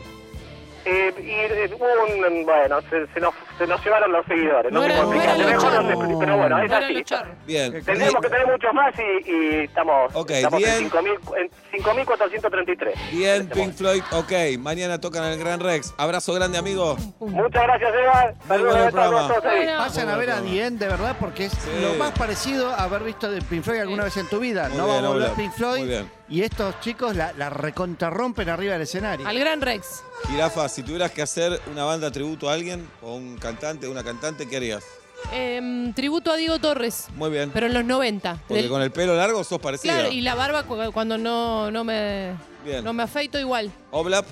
Speaker 10: Eh, y eh, hubo un, bueno, se, se nos, se nos llevaron los seguidores. No,
Speaker 5: No
Speaker 10: sé
Speaker 5: era-
Speaker 10: cómo
Speaker 5: no eran
Speaker 10: explicarlo, mejor
Speaker 5: los
Speaker 10: no se
Speaker 5: charros.
Speaker 10: expli- pero bueno, es
Speaker 5: Para
Speaker 10: así.
Speaker 5: los charros.
Speaker 4: Bien.
Speaker 10: Tendremos que tener muchos más y, y estamos,
Speaker 4: Ok,
Speaker 10: estamos
Speaker 4: bien.
Speaker 10: en 5.000 en 5.433.
Speaker 4: Bien, Pink Floyd. Ok, mañana tocan en el Gran Rex. Abrazo grande, amigo.
Speaker 10: Muchas gracias, Eva. Saludos
Speaker 4: bueno el
Speaker 10: a todos.
Speaker 4: programa.
Speaker 10: todos ahí.
Speaker 5: Bueno.
Speaker 6: Vayan a ver a Dien, de verdad, porque es lo más parecido a haber visto de Pink Floyd alguna vez en tu vida.
Speaker 4: Muy
Speaker 6: no
Speaker 4: bien,
Speaker 6: va a volver
Speaker 4: Ola.
Speaker 6: Pink
Speaker 4: Muy
Speaker 6: Floyd.
Speaker 4: bien.
Speaker 6: Y estos chicos la, la recontrarrompen arriba del escenario.
Speaker 5: Al Gran Rex.
Speaker 4: Jirafa, si tuvieras que hacer una banda tributo a alguien, o un cantante, una cantante, ¿qué harías?
Speaker 5: Em, tributo a Diego Torres.
Speaker 4: Muy bien.
Speaker 5: Pero en los 90.
Speaker 4: Porque
Speaker 5: Del-
Speaker 4: con el pelo largo sos parecida.
Speaker 5: Claro, y la barba cu- cuando no, no, me,
Speaker 4: Bien.
Speaker 5: no me afeito igual.
Speaker 4: Oblap,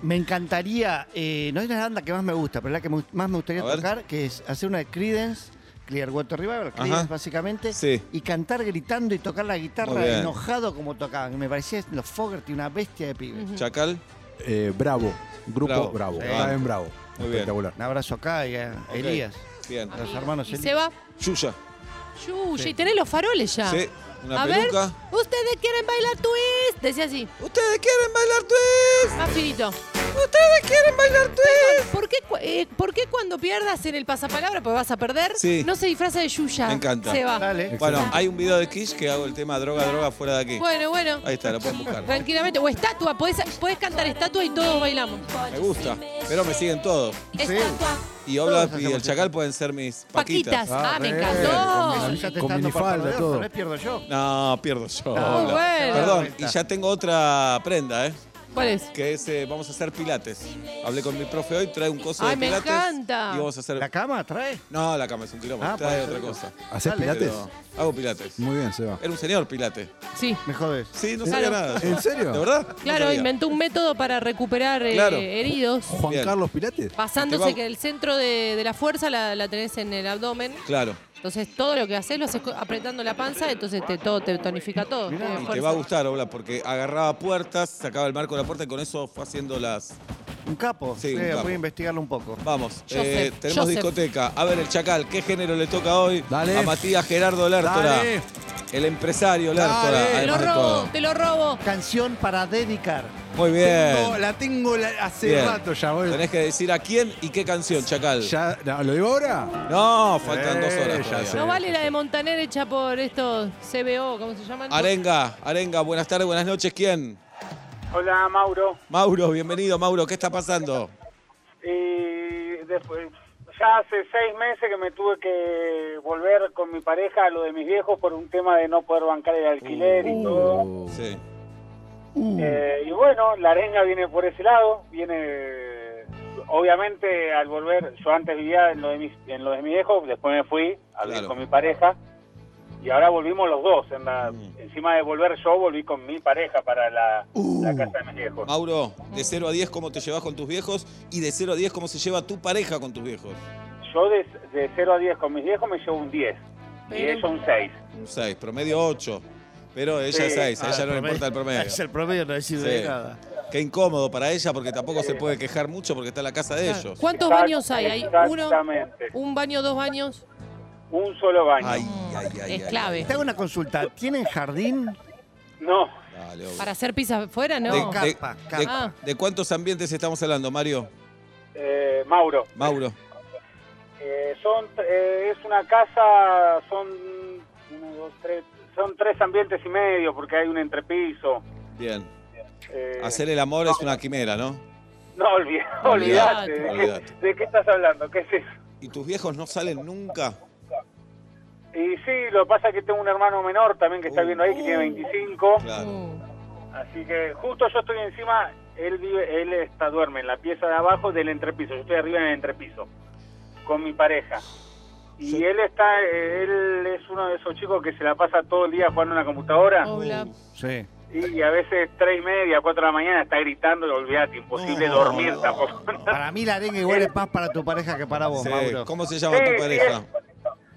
Speaker 6: Me encantaría, eh, no es la banda que más me gusta, pero la que me- más me gustaría
Speaker 4: A ver.
Speaker 6: tocar, que es hacer una de Creedence, Clearwater Revival, Creedence básicamente,
Speaker 4: Sí.
Speaker 6: y cantar gritando y tocar la
Speaker 4: Muy
Speaker 6: guitarra
Speaker 4: bien.
Speaker 6: enojado como tocaban. Me parecía los Fogerty una bestia de pibe.
Speaker 4: Chacal.
Speaker 7: Eh, Bravo.
Speaker 4: Bravo.
Speaker 7: Grupo Bravo.
Speaker 4: Sí.
Speaker 7: Está en Bravo.
Speaker 4: Muy bien.
Speaker 7: Espectacular.
Speaker 6: Un abrazo acá y a
Speaker 4: Ok.
Speaker 6: Elías,
Speaker 4: Bien.
Speaker 6: los hermanos
Speaker 5: Y
Speaker 6: Elías.
Speaker 5: Seba.
Speaker 4: Yuya.
Speaker 5: Yuya, y tenés los faroles ya.
Speaker 4: Sí, una
Speaker 5: a
Speaker 4: peluca.
Speaker 5: ver, ustedes quieren bailar twist. Decía así,
Speaker 4: ¿Ustedes quieren bailar twist?
Speaker 5: más finito.
Speaker 4: ¿Ustedes quieren bailar twist?
Speaker 5: ¿Por qué, cu- eh, por qué cuando pierdas en el pasapalabra, porque vas a perder,
Speaker 4: Sí.
Speaker 5: no se disfraza de Yuya?
Speaker 4: Me encanta.
Speaker 5: Seba.
Speaker 6: Dale.
Speaker 4: Bueno, hay un video de Kish que hago el tema droga, droga fuera de aquí.
Speaker 5: Bueno, bueno.
Speaker 4: Ahí está, lo pueden buscar.
Speaker 5: Tranquilamente. O estatua, podés, podés cantar estatua y todos bailamos.
Speaker 4: Me gusta. Pero me siguen todos.
Speaker 5: Estatua.
Speaker 4: Y Oblap
Speaker 6: Todos
Speaker 4: y
Speaker 6: hacemos
Speaker 4: el Chacal pueden ser mis
Speaker 5: Paquitas.
Speaker 4: paquitas.
Speaker 5: Ah,
Speaker 7: Ah,
Speaker 5: me
Speaker 7: re.
Speaker 6: Eso
Speaker 5: encantó.
Speaker 6: ya te
Speaker 7: Con
Speaker 6: está dando
Speaker 7: minifalda,
Speaker 6: parpadeo,
Speaker 7: todo.
Speaker 6: tal vez pierdo yo.
Speaker 4: No, pierdo yo.
Speaker 6: Ah,
Speaker 4: Oblap.
Speaker 5: bueno.
Speaker 4: Perdón, y ya tengo otra prenda, ¿eh?
Speaker 5: ¿Cuál es?
Speaker 4: Que es, eh, vamos a hacer pilates. Hablé con mi profe hoy, trae un coso
Speaker 5: Ay,
Speaker 4: de
Speaker 5: me
Speaker 4: pilates.
Speaker 5: encanta.
Speaker 4: Y vamos a hacer.
Speaker 6: ¿La cama trae?
Speaker 4: No, la cama es un kilómetro,
Speaker 6: Ah,
Speaker 4: trae
Speaker 6: por
Speaker 4: otra
Speaker 6: eso digo.
Speaker 4: cosa.
Speaker 7: ¿Hacés
Speaker 6: Dale.
Speaker 7: pilates?
Speaker 4: Pero hago pilates.
Speaker 7: Muy bien, Seba.
Speaker 4: Era un señor pilate.
Speaker 5: Sí.
Speaker 6: Me jodes.
Speaker 4: Sí, no
Speaker 5: Claro.
Speaker 4: sabía nada.
Speaker 7: ¿En serio?
Speaker 4: ¿De verdad? No
Speaker 5: Claro,
Speaker 4: sabía.
Speaker 5: inventó un método para recuperar eh,
Speaker 4: Claro. Este,
Speaker 5: heridos.
Speaker 7: ¿Juan
Speaker 4: Bien.
Speaker 7: Carlos Pilates?
Speaker 4: Te
Speaker 5: Pasándose
Speaker 4: va-
Speaker 5: que el centro de, de la fuerza la, la tenés en el abdomen.
Speaker 4: Claro.
Speaker 5: Entonces todo lo que haces lo haces co- apretando la panza, entonces te, todo te tonifica todo.
Speaker 6: Mirá.
Speaker 5: Tiene
Speaker 4: Y te
Speaker 5: fuerza.
Speaker 4: va a gustar, Ola, porque agarraba puertas, sacaba el marco de la puerta y con eso fue haciendo las.
Speaker 6: Un capo.
Speaker 4: Sí,
Speaker 6: Sí,
Speaker 4: un capo.
Speaker 6: voy a investigarlo un poco.
Speaker 4: Vamos,
Speaker 5: Joseph,
Speaker 4: eh, tenemos
Speaker 5: Joseph.
Speaker 4: discoteca. A ver, el chacal, ¿qué género le toca hoy?
Speaker 7: Dale.
Speaker 4: A Matías Gerardo Lertora.
Speaker 7: Dale.
Speaker 4: El empresario Lertora,
Speaker 7: Dale.
Speaker 5: Te
Speaker 4: además
Speaker 5: lo
Speaker 4: de
Speaker 5: robo,
Speaker 4: todo.
Speaker 5: te lo robo.
Speaker 6: Canción para dedicar.
Speaker 4: Muy bien.
Speaker 7: Tengo- la tengo la- hace
Speaker 4: Bien.
Speaker 7: rato ya. boludo.
Speaker 4: Tenés que decir a quién y qué canción, chacal.
Speaker 7: Ya- no, ¿Lo digo ahora?
Speaker 4: No, faltan
Speaker 7: Eh,
Speaker 4: dos
Speaker 7: ya
Speaker 4: horas. todavía.
Speaker 7: sé.
Speaker 5: No vale la de Montaner hecha por estos CBO, ¿cómo se llaman?
Speaker 4: Arenga, Arenga, buenas tardes, buenas noches, ¿quién?
Speaker 10: Hola, Mauro.
Speaker 4: Mauro, bienvenido, Mauro, ¿qué está pasando?
Speaker 10: Y después, ya hace seis meses que me tuve que volver con mi pareja a lo de mis viejos por un tema de no poder bancar el alquiler
Speaker 7: Uh.
Speaker 10: y todo.
Speaker 4: Sí. Uh.
Speaker 10: Eh, y bueno, la arenga viene por ese lado, viene obviamente al volver, yo antes vivía en lo de mis, en lo de mis viejos, después me fui a vivir
Speaker 4: Claro.
Speaker 10: con mi pareja y ahora volvimos los dos. En la- Encima de volver yo, volví con mi pareja para la, la casa de mis viejos.
Speaker 4: Mauro, de 0 a 10 cómo te llevas con tus viejos y de 0 a 10 cómo se lleva tu pareja con tus viejos.
Speaker 10: Yo de, de 0 a 10 con mis viejos me llevo un 10 y
Speaker 5: Pero-
Speaker 10: ellos un 6.
Speaker 4: 6, promedio 8. Pero ella
Speaker 10: Sí.
Speaker 4: 6, a
Speaker 6: Ah,
Speaker 4: ella no le importa el promedio.
Speaker 6: Es el promedio, no decir
Speaker 4: Sí.
Speaker 6: de nada.
Speaker 4: Qué incómodo para ella porque tampoco se puede quejar mucho porque está en la casa de
Speaker 5: Claro.
Speaker 4: ellos.
Speaker 5: ¿Cuántos baños hay? ¿Hay uno?
Speaker 10: Exactamente.
Speaker 5: ¿Un baño, dos baños?
Speaker 10: Un solo baño.
Speaker 4: Ay, ay, ay.
Speaker 5: es
Speaker 4: ay,
Speaker 5: clave.
Speaker 6: Te hago una consulta. ¿Tienen jardín?
Speaker 10: No,
Speaker 4: ay. Dale, obvio.
Speaker 5: ¿Para hacer pizza afuera? No.
Speaker 4: De-
Speaker 6: No.
Speaker 4: de,
Speaker 6: Capa,
Speaker 4: de-
Speaker 5: capa.
Speaker 4: de cuántos ambientes estamos hablando, Mario?
Speaker 10: eh, Mauro.
Speaker 4: Mauro.
Speaker 10: Eh, son, eh, es una casa, son uno, dos, tres, son tres ambientes y medio porque hay un entrepiso.
Speaker 4: Bien.
Speaker 10: Eh,
Speaker 4: Hacer el amor es una quimera, ¿no?
Speaker 10: No, olvi-
Speaker 4: Olvidate,
Speaker 10: olvidate. ¿De qué-
Speaker 4: olvidate.
Speaker 10: ¿De qué estás hablando? ¿Qué es eso?
Speaker 4: ¿Y tus viejos no salen nunca?
Speaker 10: Y sí, lo que pasa es que tengo un hermano menor también que está
Speaker 4: Uh,
Speaker 10: viendo ahí, que tiene 25.
Speaker 4: Claro.
Speaker 5: Uh,
Speaker 10: Así que justo yo estoy encima, él vive, él está, duerme en la pieza de abajo del entrepiso. Yo estoy arriba en el entrepiso, con mi pareja. Y
Speaker 4: Yo-
Speaker 10: él está, eh, él es uno de esos chicos que se la pasa todo el día jugando en la computadora.
Speaker 4: Oh.
Speaker 5: Hola.
Speaker 6: Sí.
Speaker 10: Y a veces tres y media, cuatro de la mañana está gritando, y olvídate, imposible
Speaker 4: No,
Speaker 10: dormir
Speaker 4: no,
Speaker 10: tampoco.
Speaker 6: Para mí la arenga igual es más para tu pareja que para vos,
Speaker 4: Sí.
Speaker 6: Mauro.
Speaker 4: ¿Cómo se llama
Speaker 10: Sí,
Speaker 4: tu
Speaker 10: sí,
Speaker 4: pareja?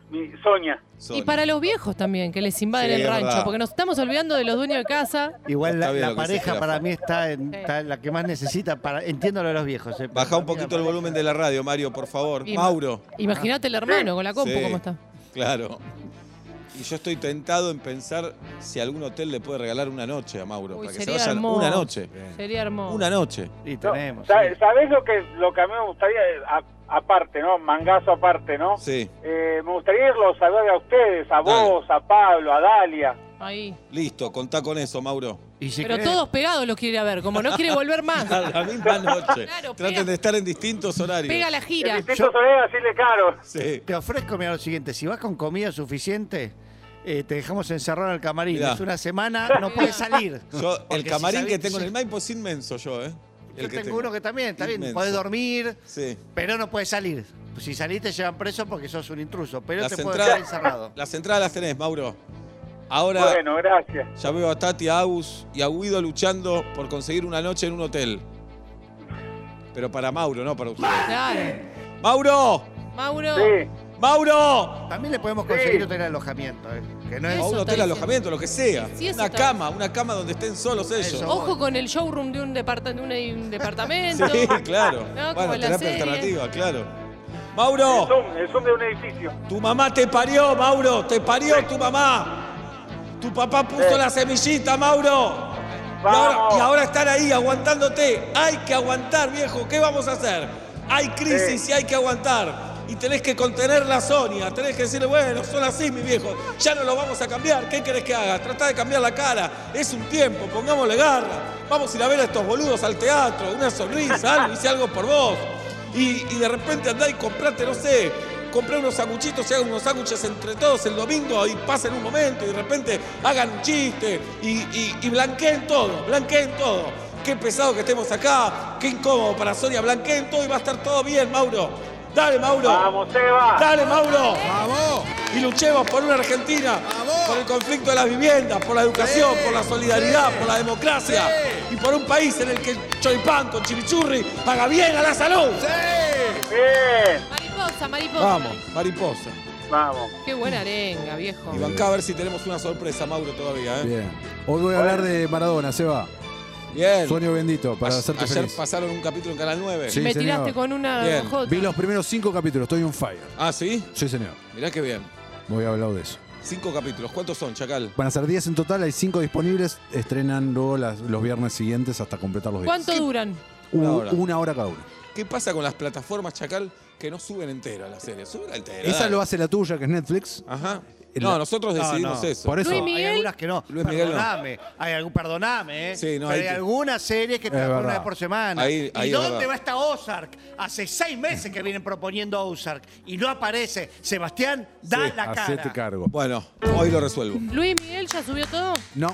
Speaker 10: Mi Sonia,
Speaker 5: Y
Speaker 4: Sonia.
Speaker 5: para los viejos también, que les invaden
Speaker 4: Sí,
Speaker 5: el
Speaker 4: es
Speaker 5: rancho,
Speaker 4: verdad.
Speaker 5: porque nos estamos olvidando de los dueños de casa.
Speaker 6: Igual
Speaker 4: Está
Speaker 6: la,
Speaker 4: bien
Speaker 6: la
Speaker 4: lo que dice
Speaker 6: pareja
Speaker 4: Jirafa.
Speaker 6: para mí está en,
Speaker 5: Sí.
Speaker 6: está en la que más necesita. Para, entiendo lo de los viejos. eh,
Speaker 4: Baja
Speaker 6: pero
Speaker 4: un
Speaker 6: para mí la
Speaker 4: poquito el
Speaker 6: pareja-
Speaker 4: volumen de la radio, Mario, por favor.
Speaker 5: Y-
Speaker 4: Mauro.
Speaker 5: Imagínate el hermano con la compu,
Speaker 4: Sí.
Speaker 5: ¿cómo está?
Speaker 4: Claro. Y yo estoy tentado en pensar si algún hotel le puede regalar una noche a Mauro.
Speaker 5: Uy,
Speaker 4: para que se
Speaker 5: sería
Speaker 4: vayan
Speaker 5: hermoso.
Speaker 4: una noche.
Speaker 5: Sería hermoso.
Speaker 4: Una noche.
Speaker 6: Y
Speaker 10: No,
Speaker 6: tenemos.
Speaker 10: sa-
Speaker 6: sí.
Speaker 10: ¿sabés lo que, lo que a mí me gustaría, a- aparte, ¿no? Mangazo aparte, ¿no?
Speaker 4: Sí,
Speaker 10: Eh, me gustaría irlos a ver a ustedes, a
Speaker 4: Dale.
Speaker 10: vos, a Pablo, a Dalia.
Speaker 5: Ahí.
Speaker 4: listo, contá con eso, Mauro.
Speaker 6: Y si
Speaker 5: Pero
Speaker 6: querés-
Speaker 5: todos pegados los quiere ir a ver, como no quiere volver más.
Speaker 4: La misma noche.
Speaker 5: Ah. Claro,
Speaker 4: Traten
Speaker 5: pega.
Speaker 4: de estar en distintos horarios.
Speaker 5: Pega la
Speaker 10: En
Speaker 5: gira.
Speaker 10: distintos horarios, así le caro.
Speaker 4: Sí.
Speaker 6: Te ofrezco, mira, lo siguiente. Si vas con comida suficiente, eh, te dejamos encerrado en el camarín.
Speaker 4: Mirá.
Speaker 6: Es una semana, no puedes salir.
Speaker 4: Yo,
Speaker 6: Porque
Speaker 4: el
Speaker 6: si
Speaker 4: camarín
Speaker 6: sabés-
Speaker 4: que tengo en el Maipo es inmenso yo, ¿eh? El
Speaker 6: Yo tengo, uno que también, está bien.
Speaker 4: Inmenso.
Speaker 6: Podés dormir,
Speaker 4: Sí.
Speaker 6: pero no puedes salir. Si salís te llevan preso porque sos un intruso, pero
Speaker 4: Las
Speaker 6: te puedes
Speaker 4: entradas-
Speaker 6: quedar encerrado.
Speaker 4: Las entradas las tenés, Mauro. Ahora
Speaker 10: Bueno, gracias.
Speaker 4: ya veo a Tati, a Agus y a Guido luchando por conseguir una noche en un hotel. Pero para Mauro, no para usted.
Speaker 5: Claro.
Speaker 4: ¡Mauro!
Speaker 5: Mauro.
Speaker 10: Sí,
Speaker 4: ¡Mauro!
Speaker 6: También le podemos conseguir hotel de alojamiento, eh, que no
Speaker 4: O
Speaker 6: es
Speaker 4: un
Speaker 5: Eso está
Speaker 4: hotel,
Speaker 5: diciendo.
Speaker 4: alojamiento, lo que sea.
Speaker 5: Sí, eso
Speaker 4: una
Speaker 5: está
Speaker 4: cama, una cama donde estén solos ellos.
Speaker 6: Eso.
Speaker 5: Ojo con el showroom de un, departa- de un- de un departamento.
Speaker 4: Sí, claro.
Speaker 5: No, como
Speaker 4: bueno,
Speaker 5: en la
Speaker 4: terapia
Speaker 5: serie.
Speaker 4: alternativa, claro.
Speaker 10: el
Speaker 4: Mauro,
Speaker 10: Zoom, el Zoom de un edificio.
Speaker 4: tu mamá te parió, Mauro, te parió tu mamá. Tu papá puso
Speaker 10: Sí.
Speaker 4: la semillita, Mauro. Y ahora,
Speaker 10: Vamos.
Speaker 4: y ahora están ahí aguantándote. Hay que aguantar, viejo. ¿Qué vamos a hacer? Hay crisis y hay que aguantar. Y tenés que contener la Sonia. Tenés que decirle, bueno, son así, mi viejo. Ya no lo vamos a cambiar. ¿Qué querés que haga? Tratá de cambiar la cara. Es un tiempo. Pongámosle garra. Vamos a ir a ver a estos boludos al teatro. Una sonrisa. Algo. Hice algo por vos. Y, y de repente andá y comprate, no sé, compré unos sanguchitos y hagan unos sándwiches entre todos el domingo y pasen un momento y de repente hagan un chiste y, y, y blanqueen todo, blanqueen todo. Qué pesado que estemos acá, qué incómodo para Sonia, blanqueen todo y va a estar todo bien, Mauro. Dale, Mauro.
Speaker 10: Vamos, Seba.
Speaker 4: Dale, Mauro. Vamos. Y luchemos por una Argentina, por el conflicto de las viviendas, por la educación, por la solidaridad, por la democracia y por un país en el que el choripán con chimichurri haga bien a la salud. Eh.
Speaker 10: Bien.
Speaker 5: Mariposa, mariposa.
Speaker 4: Vamos, mariposa.
Speaker 10: Vamos.
Speaker 5: Qué buena arenga, viejo.
Speaker 4: Y bancá a ver si tenemos una sorpresa, Mauro, todavía. ¿eh? Bien.
Speaker 7: Bien. Hoy voy a hablar de Maradona, se va. Sueño bendito, para
Speaker 4: A-
Speaker 7: hacerte
Speaker 4: Ayer
Speaker 7: feliz.
Speaker 4: pasaron un capítulo en Canal 9.
Speaker 7: Sí,
Speaker 5: Me
Speaker 7: señor.
Speaker 5: tiraste con una
Speaker 4: Bien.
Speaker 5: jota.
Speaker 7: Vi los primeros cinco capítulos, estoy on fire.
Speaker 4: Ah, ¿sí?
Speaker 7: Sí, señor.
Speaker 4: Mirá qué bien.
Speaker 7: Voy a hablar de eso.
Speaker 4: Cinco capítulos. ¿Cuántos son, Chacal?
Speaker 7: Van a ser 10 en total, hay 5 disponibles. Estrenan luego las- los viernes siguientes hasta completar los 10.
Speaker 5: ¿Cuánto duran?
Speaker 7: Un-
Speaker 4: Una
Speaker 7: Una
Speaker 4: hora.
Speaker 7: hora. cada uno.
Speaker 4: ¿Qué pasa con las plataformas, Chacal, que no suben entera la serie? Suben entera.
Speaker 7: Esa
Speaker 4: dale.
Speaker 7: lo hace la tuya, que es Netflix.
Speaker 4: Ajá.
Speaker 7: En
Speaker 4: No,
Speaker 7: la-
Speaker 4: nosotros
Speaker 6: No,
Speaker 4: decidimos
Speaker 6: no.
Speaker 4: eso.
Speaker 7: Por eso.
Speaker 5: Luis
Speaker 6: Hay
Speaker 5: Miguel.
Speaker 6: algunas que no.
Speaker 4: Luis Miguel no.
Speaker 6: perdoname. Hay algún, perdoname, ¿eh?
Speaker 4: Sí, no,
Speaker 6: Pero
Speaker 4: hay
Speaker 6: hay,
Speaker 4: que-
Speaker 6: algunas series que
Speaker 7: Es
Speaker 6: te dan una
Speaker 7: verdad.
Speaker 6: vez por semana.
Speaker 4: Ahí- ahí
Speaker 6: ¿Y
Speaker 4: es
Speaker 6: dónde
Speaker 4: verdad.
Speaker 6: va esta Ozark? Hace seis meses que vienen proponiendo Ozark y no aparece. Sebastián, da
Speaker 7: Sí,
Speaker 6: la
Speaker 7: hacete
Speaker 6: cara.
Speaker 7: cargo.
Speaker 4: Bueno, hoy lo resuelvo.
Speaker 5: Luis Miguel ya subió todo.
Speaker 7: No,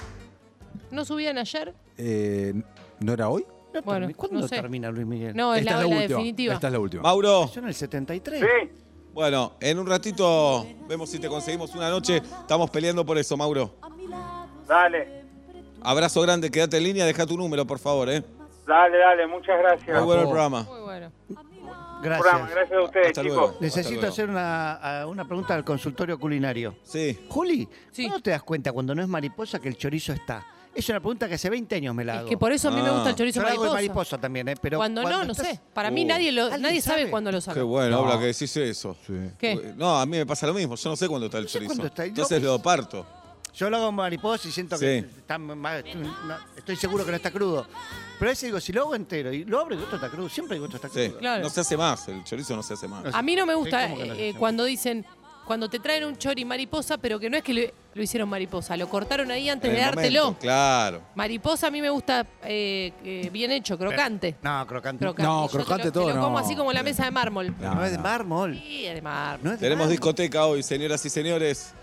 Speaker 5: ¿No subían ayer?
Speaker 7: eh, ¿no era hoy?
Speaker 6: No
Speaker 5: Bueno,
Speaker 6: termi- ¿Cuándo
Speaker 5: no sé.
Speaker 6: termina Luis Miguel?
Speaker 5: No, es
Speaker 8: Esta
Speaker 5: la,
Speaker 8: es la,
Speaker 5: la
Speaker 8: última.
Speaker 5: definitiva.
Speaker 8: Esta es la última.
Speaker 4: Mauro,
Speaker 6: Yo en el 73.
Speaker 10: Sí,
Speaker 4: bueno, en un ratito vemos si te conseguimos una noche. Estamos peleando por eso, Mauro.
Speaker 10: dale,
Speaker 4: Abrazo grande, quédate en línea, deja tu número, por favor, ¿eh?
Speaker 10: dale, dale, muchas gracias.
Speaker 4: Muy bueno el programa.
Speaker 5: Muy bueno.
Speaker 10: Programa,
Speaker 6: Gracias.
Speaker 10: gracias a ustedes,
Speaker 4: Hasta
Speaker 10: chicos.
Speaker 4: luego. Hasta
Speaker 6: Necesito
Speaker 4: luego.
Speaker 6: hacer una, a- una pregunta al consultorio culinario.
Speaker 4: Sí.
Speaker 6: Juli,
Speaker 5: Sí.
Speaker 6: ¿cómo te das cuenta cuando no es mariposa que el chorizo está? Es una pregunta que hace 20 años me la
Speaker 5: Es
Speaker 6: hago.
Speaker 5: que por eso a mí me
Speaker 4: Ah.
Speaker 5: gusta el
Speaker 6: Yo
Speaker 5: chorizo
Speaker 6: la hago de
Speaker 5: mariposa.
Speaker 6: mariposa también, ¿eh? Pero
Speaker 5: Cuando, no, no
Speaker 6: estás- Oh.
Speaker 5: sé. Para mí
Speaker 4: Uh.
Speaker 5: nadie lo,
Speaker 6: ¿Alguien
Speaker 5: nadie sabe
Speaker 6: sabe?
Speaker 5: cuando lo sabe.
Speaker 4: Qué bueno, habla que decís eso.
Speaker 5: ¿Qué?
Speaker 4: No, a mí me pasa lo mismo. Yo no sé cuándo está el
Speaker 6: No sé
Speaker 4: chorizo.
Speaker 6: cuándo está. Yo-
Speaker 4: Entonces lo parto.
Speaker 6: Yo lo hago en mariposa y siento que
Speaker 4: Sí.
Speaker 6: está más- no, estoy seguro que no está crudo. Pero a veces digo, si lo hago entero y lo abro y digo, esto está crudo, siempre digo, esto está
Speaker 4: Sí.
Speaker 6: crudo.
Speaker 5: Claro.
Speaker 4: No se hace más. El chorizo no se hace más.
Speaker 5: A mí no me
Speaker 6: Sí,
Speaker 5: gusta
Speaker 6: ¿cómo que no
Speaker 5: eh,
Speaker 6: se llama?
Speaker 5: cuando dicen, cuando te traen un chori mariposa, pero que no es que lo, lo hicieron mariposa, lo cortaron ahí antes
Speaker 4: En
Speaker 5: de
Speaker 4: el
Speaker 5: dártelo.
Speaker 4: momento, Claro.
Speaker 5: Mariposa a mí me gusta eh, eh, bien hecho, crocante.
Speaker 6: No, crocante.
Speaker 7: No,
Speaker 5: Yo te lo-
Speaker 7: crocante
Speaker 5: te
Speaker 7: todo
Speaker 5: lo como
Speaker 7: no.
Speaker 5: así como la mesa de mármol.
Speaker 6: No, es de mármol.
Speaker 5: Sí, de mármol.
Speaker 6: No es de
Speaker 4: Tenemos
Speaker 6: mármol.
Speaker 4: discoteca hoy, señoras y señores.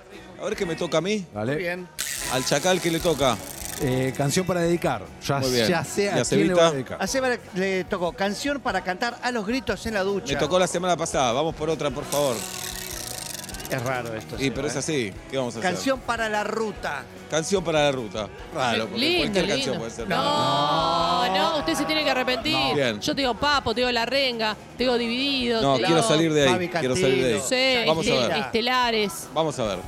Speaker 4: A ver qué me toca a mí.
Speaker 6: Muy
Speaker 7: Dale.
Speaker 6: bien.
Speaker 4: Al chacal, ¿qué le toca?
Speaker 7: Eh, canción para dedicar. Ya,
Speaker 4: Muy bien.
Speaker 7: ya sé
Speaker 4: ¿Y
Speaker 7: a quién
Speaker 4: a
Speaker 7: le
Speaker 4: Cevita?
Speaker 7: voy a
Speaker 5: Ah,
Speaker 7: dedicar.
Speaker 6: A Seba le tocó canción para cantar a los gritos en la ducha.
Speaker 4: Me tocó la semana pasada. Vamos por otra, por favor.
Speaker 6: Es raro esto.
Speaker 4: Y pero es así. ¿Qué vamos a hacer?
Speaker 6: ¿eh? Canción para la ruta.
Speaker 4: Canción para la ruta. Raro, porque
Speaker 5: Lindo,
Speaker 4: cualquier
Speaker 5: lindo.
Speaker 4: canción puede ser.
Speaker 5: No, no, usted se tiene que arrepentir.
Speaker 4: Bien.
Speaker 5: Yo te digo papo, te digo la renga, te digo dividido.
Speaker 4: No,
Speaker 5: te digo-
Speaker 4: quiero salir de ahí.
Speaker 6: Fabi
Speaker 4: Quiero salir de ahí.
Speaker 5: Sí,
Speaker 6: Castillo.
Speaker 4: Vamos a
Speaker 5: este-
Speaker 4: ver.
Speaker 5: estelares.
Speaker 4: Vamos a ver.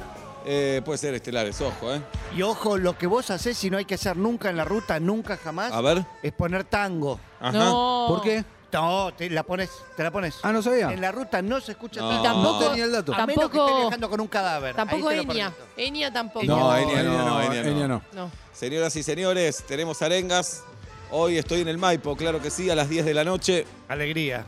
Speaker 4: Eh, puede ser estelares, ojo, ¿eh?
Speaker 6: Y ojo, lo que vos hacés y no hay que hacer nunca en la ruta, nunca jamás,
Speaker 4: A ver.
Speaker 6: es poner tango.
Speaker 4: Ajá.
Speaker 5: Ah. No.
Speaker 7: ¿Por qué?
Speaker 6: No, te la pones, te la pones.
Speaker 7: Ah, no sabía.
Speaker 6: En la ruta no se escucha
Speaker 4: No.
Speaker 6: tango.
Speaker 5: Y
Speaker 7: No
Speaker 5: tampoco.
Speaker 7: tenía el
Speaker 5: Ah,
Speaker 7: dato.
Speaker 6: A menos que
Speaker 5: Tampoco-
Speaker 6: esté viajando con un cadáver.
Speaker 5: Tampoco
Speaker 6: Ahí te lo
Speaker 5: Enya.
Speaker 6: permito.
Speaker 5: Enya tampoco.
Speaker 4: No, Enya
Speaker 7: Enya
Speaker 4: no, Enya
Speaker 7: Enya
Speaker 4: no.
Speaker 7: no.
Speaker 5: No.
Speaker 4: Señoras y señores, tenemos arengas. Hoy estoy en el Maipo, claro que sí, a las 10 de la noche.
Speaker 6: Alegría.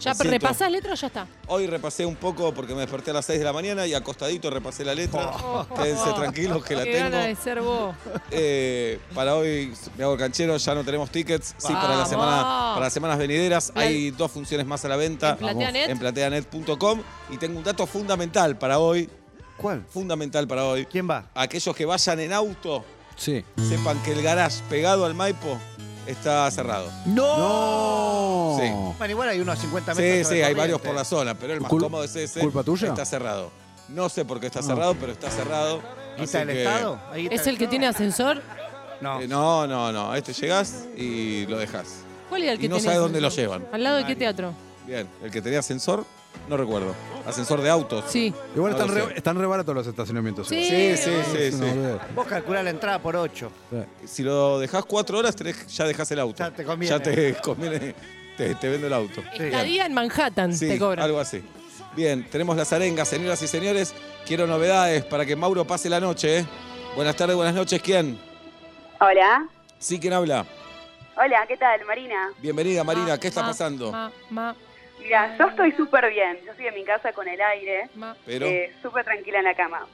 Speaker 5: Ya
Speaker 4: Lo siento.
Speaker 5: repasás letras, ya está.
Speaker 4: Hoy repasé un poco porque me desperté a las 6 de la mañana y acostadito repasé la letra. Quédense tranquilos que la
Speaker 5: Oh. Qué gana de
Speaker 4: tengo.
Speaker 5: ser vos.
Speaker 4: Eh, para hoy me hago el canchero, ya no tenemos tickets. Sí, para la
Speaker 5: Vamos.
Speaker 4: semana, para las semanas venideras
Speaker 5: Pla-
Speaker 4: hay dos funciones más a la venta
Speaker 5: En Plateanet.
Speaker 4: en plateanet.com y tengo un dato fundamental para hoy,
Speaker 6: ¿Cuál?
Speaker 4: fundamental para hoy.
Speaker 6: ¿Quién va?
Speaker 4: Aquellos que vayan en auto,
Speaker 7: Sí.
Speaker 4: sepan que el garage pegado al Maipo está cerrado.
Speaker 7: ¡No!
Speaker 4: Sí.
Speaker 6: Bueno, igual hay unos 50
Speaker 4: Sí,
Speaker 6: metros.
Speaker 4: sí,
Speaker 6: sobre
Speaker 4: hay
Speaker 6: corriente.
Speaker 4: varios por la zona, pero el más
Speaker 7: Cul-
Speaker 4: cómodo es ese.
Speaker 7: ¿culpa tuya?
Speaker 4: Está cerrado. No sé por qué está cerrado, pero está cerrado. Así
Speaker 6: ¿Guita del
Speaker 4: que-
Speaker 6: Estado? ¿Hay guita
Speaker 5: ¿Es
Speaker 6: del
Speaker 5: el que
Speaker 6: Estado?
Speaker 5: tiene ascensor?
Speaker 6: No.
Speaker 4: Eh, no, no, no. Este llegás y lo dejas.
Speaker 5: ¿Cuál era el
Speaker 4: Y
Speaker 5: que
Speaker 4: no
Speaker 5: tenés?
Speaker 4: sabe dónde lo llevan.
Speaker 5: ¿Al lado de qué teatro?
Speaker 4: Bien, el que tenía ascensor, no recuerdo. Ascensor de autos.
Speaker 5: Sí.
Speaker 7: Igual
Speaker 4: No
Speaker 7: están,
Speaker 4: lo
Speaker 7: re,
Speaker 4: sé.
Speaker 7: están re baratos los estacionamientos.
Speaker 5: Sí,
Speaker 4: Sí, sí, sí,
Speaker 7: Es una
Speaker 4: sí.
Speaker 7: boludez.
Speaker 6: Vos calculás la entrada por 8.
Speaker 4: Si lo dejás cuatro horas, tenés- ya dejás el auto.
Speaker 6: Ya te conviene.
Speaker 4: Ya te conviene. Te, te vendo el auto.
Speaker 5: Estadía en Manhattan
Speaker 4: Sí,
Speaker 5: te cobran.
Speaker 4: algo así. Bien, tenemos las arengas, señoras y señores. Quiero novedades para que Mauro pase la noche. ¿eh? Buenas tardes, buenas noches. ¿Quién?
Speaker 11: Hola.
Speaker 4: Sí, ¿quién habla?
Speaker 11: Hola, ¿qué tal, Marina?
Speaker 4: Bienvenida, Marina.
Speaker 5: Ma,
Speaker 4: Ah, ¿Qué Ah. está
Speaker 5: ma,
Speaker 4: pasando?
Speaker 5: ma, ma,
Speaker 11: Mira, yo estoy súper bien. Yo estoy en mi casa con el aire,
Speaker 5: ma.
Speaker 4: Pero,
Speaker 11: eh, súper tranquila en la cama.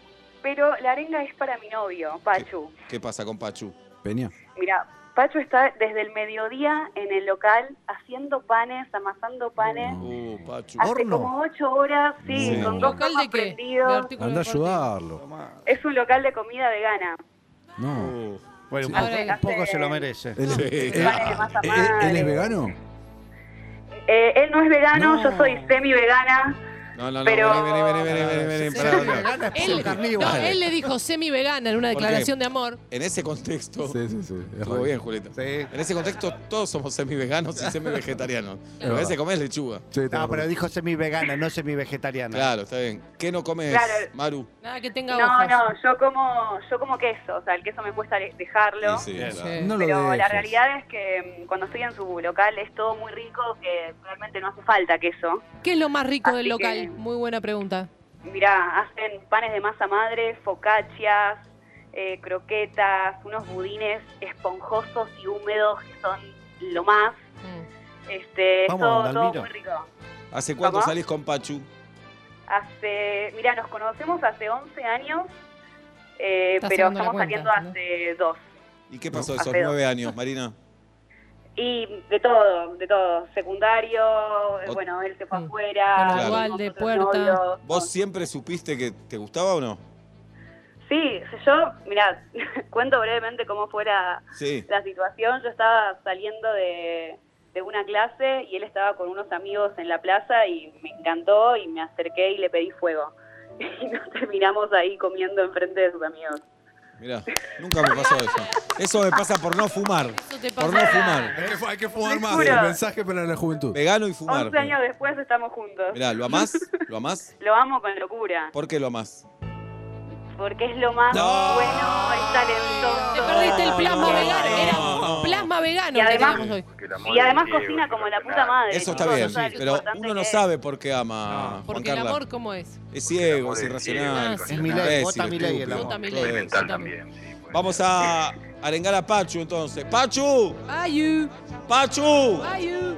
Speaker 11: Pero la arenga es para mi novio, Pachu.
Speaker 4: ¿qué pasa con Pachu?
Speaker 7: Peña.
Speaker 11: Mira, Pachu está desde el mediodía en el local haciendo panes, amasando
Speaker 7: Mm.
Speaker 11: panes.
Speaker 4: Uh, Pachu.
Speaker 5: Ah,
Speaker 11: Hace
Speaker 6: ¿Horno?
Speaker 11: como ocho horas, sí,
Speaker 4: Sí.
Speaker 11: con dos
Speaker 5: ¿Local
Speaker 11: camas
Speaker 5: de qué? De
Speaker 11: prendidos.
Speaker 5: artículo
Speaker 7: Anda a
Speaker 5: deportivo.
Speaker 7: ayudarlo.
Speaker 11: Es un local de comida vegana.
Speaker 7: No.
Speaker 4: Uh,
Speaker 6: Bueno,
Speaker 5: Ahora
Speaker 6: un
Speaker 5: hace-
Speaker 6: poco se lo
Speaker 4: Eh,
Speaker 6: merece. Eh,
Speaker 7: Él, él-
Speaker 11: Vale, de masa
Speaker 7: Ah, él-
Speaker 11: madre.
Speaker 7: ¿E-, él es vegano?
Speaker 11: Eh, él no es vegano,
Speaker 7: No.
Speaker 11: yo soy semi-vegana.
Speaker 4: No, no, no.
Speaker 11: Pero-
Speaker 4: Vení, vení, vení, vení, vení, vení,
Speaker 6: Sí,
Speaker 4: pará,
Speaker 6: sí,
Speaker 4: pará.
Speaker 6: vegana es
Speaker 5: Él,
Speaker 6: puro carnívoro.
Speaker 5: no, él le dijo semi-vegana en una
Speaker 4: ¿Por qué?
Speaker 5: declaración de amor.
Speaker 4: En ese contexto.
Speaker 7: Sí, sí, sí. Es
Speaker 4: Estuvo
Speaker 7: re-
Speaker 4: bien, Julieta.
Speaker 6: Sí.
Speaker 4: En ese contexto, todos somos semi-veganos y semi-vegetarianos. Lo que
Speaker 7: verdad.
Speaker 4: se come es lechuga.
Speaker 7: Sí, tenés
Speaker 6: No, Ah, pero
Speaker 7: razón.
Speaker 6: dijo semi-vegana, no semi-vegetariana.
Speaker 4: Claro, está bien. ¿Qué no comes,
Speaker 11: Claro.
Speaker 4: Maru?
Speaker 5: Nada que tenga
Speaker 11: No,
Speaker 5: hojas.
Speaker 11: no, yo como, yo como queso, o sea, el queso me cuesta de- dejarlo.
Speaker 4: Sí, sí,
Speaker 6: Bien.
Speaker 4: claro.
Speaker 7: No lo
Speaker 11: Pero la
Speaker 7: dejes.
Speaker 11: realidad es que mm, cuando estoy en su local es todo muy rico, que realmente no hace falta queso.
Speaker 5: ¿Qué es lo más rico
Speaker 11: Así
Speaker 5: del local?
Speaker 11: que-
Speaker 5: Muy buena pregunta.
Speaker 11: Mirá, hacen panes de masa madre, focaccias, eh, croquetas, unos budines esponjosos y húmedos que son lo más.
Speaker 5: Mm.
Speaker 11: Este, es
Speaker 6: Vamos,
Speaker 11: todo, todo
Speaker 6: Dalmiro.
Speaker 11: muy rico.
Speaker 4: ¿Hace cuánto
Speaker 11: ¿Papá?
Speaker 4: salís con Pachu?
Speaker 11: Hace, mirá, nos conocemos hace 11 años, eh,
Speaker 5: Estás
Speaker 11: pero
Speaker 5: sacando la
Speaker 11: estamos saliendo
Speaker 5: cuenta,
Speaker 11: hace dos.
Speaker 4: ¿Y qué pasó
Speaker 11: No,
Speaker 4: esos
Speaker 11: hace dos.
Speaker 4: nueve años, Marina?
Speaker 11: Y de todo, de todo. Secundario, eh,
Speaker 4: Ot-
Speaker 11: bueno, él se fue
Speaker 5: Mm.
Speaker 11: afuera.
Speaker 5: Bueno,
Speaker 11: tuvimos
Speaker 5: igual, de
Speaker 11: otros
Speaker 5: puerta.
Speaker 11: novios,
Speaker 4: ¿Vos
Speaker 11: no.
Speaker 4: siempre supiste que te gustaba o no?
Speaker 11: Sí, si yo, mira, cuento brevemente cómo fuera
Speaker 4: Sí.
Speaker 11: la situación. Yo estaba saliendo de, de una clase y él estaba con unos amigos en la plaza y me encantó y me acerqué y le pedí fuego. Y nos terminamos ahí comiendo enfrente de sus amigos.
Speaker 4: Mirá, nunca me pasó eso. Eso me pasa por no fumar.
Speaker 11: te
Speaker 4: Por no
Speaker 11: pasa.
Speaker 4: fumar.
Speaker 9: Hay que, hay que fumar más.
Speaker 11: Juro.
Speaker 7: Mensaje para la juventud.
Speaker 4: Vegano y fumar.
Speaker 11: 11 años después estamos juntos.
Speaker 4: Mirá, ¿lo amás? ¿Lo amás?
Speaker 11: Lo amo con locura,
Speaker 4: ¿Por qué lo amás?
Speaker 11: porque es lo más
Speaker 4: No.
Speaker 11: bueno, es talentoso.
Speaker 5: Te perdiste el plasma vegano. Era
Speaker 4: no.
Speaker 5: plasma vegano
Speaker 11: Y
Speaker 5: que
Speaker 11: además-
Speaker 5: teníamos hoy.
Speaker 11: Y además cocina como la puta madre.
Speaker 4: Eso está
Speaker 11: chicos,
Speaker 4: bien,
Speaker 11: o sea, lo
Speaker 4: pero
Speaker 11: importante
Speaker 4: uno no
Speaker 11: que es.
Speaker 4: sabe por qué ama Juan
Speaker 5: Porque el
Speaker 4: Carla.
Speaker 5: amor, ¿cómo es?
Speaker 4: Es ciego, es
Speaker 5: Ah,
Speaker 4: irracional.
Speaker 5: sí.
Speaker 4: es un
Speaker 6: Milei,
Speaker 4: imbécil,
Speaker 6: vota Milei el
Speaker 4: estúpido,
Speaker 6: amor.
Speaker 5: Vota Milei,
Speaker 4: todo eso.
Speaker 5: vota Milei.
Speaker 4: Vamos a arengar a Pachu entonces. ¡Pachu!
Speaker 5: Ayu,
Speaker 4: ¡Pachu!
Speaker 5: ayu.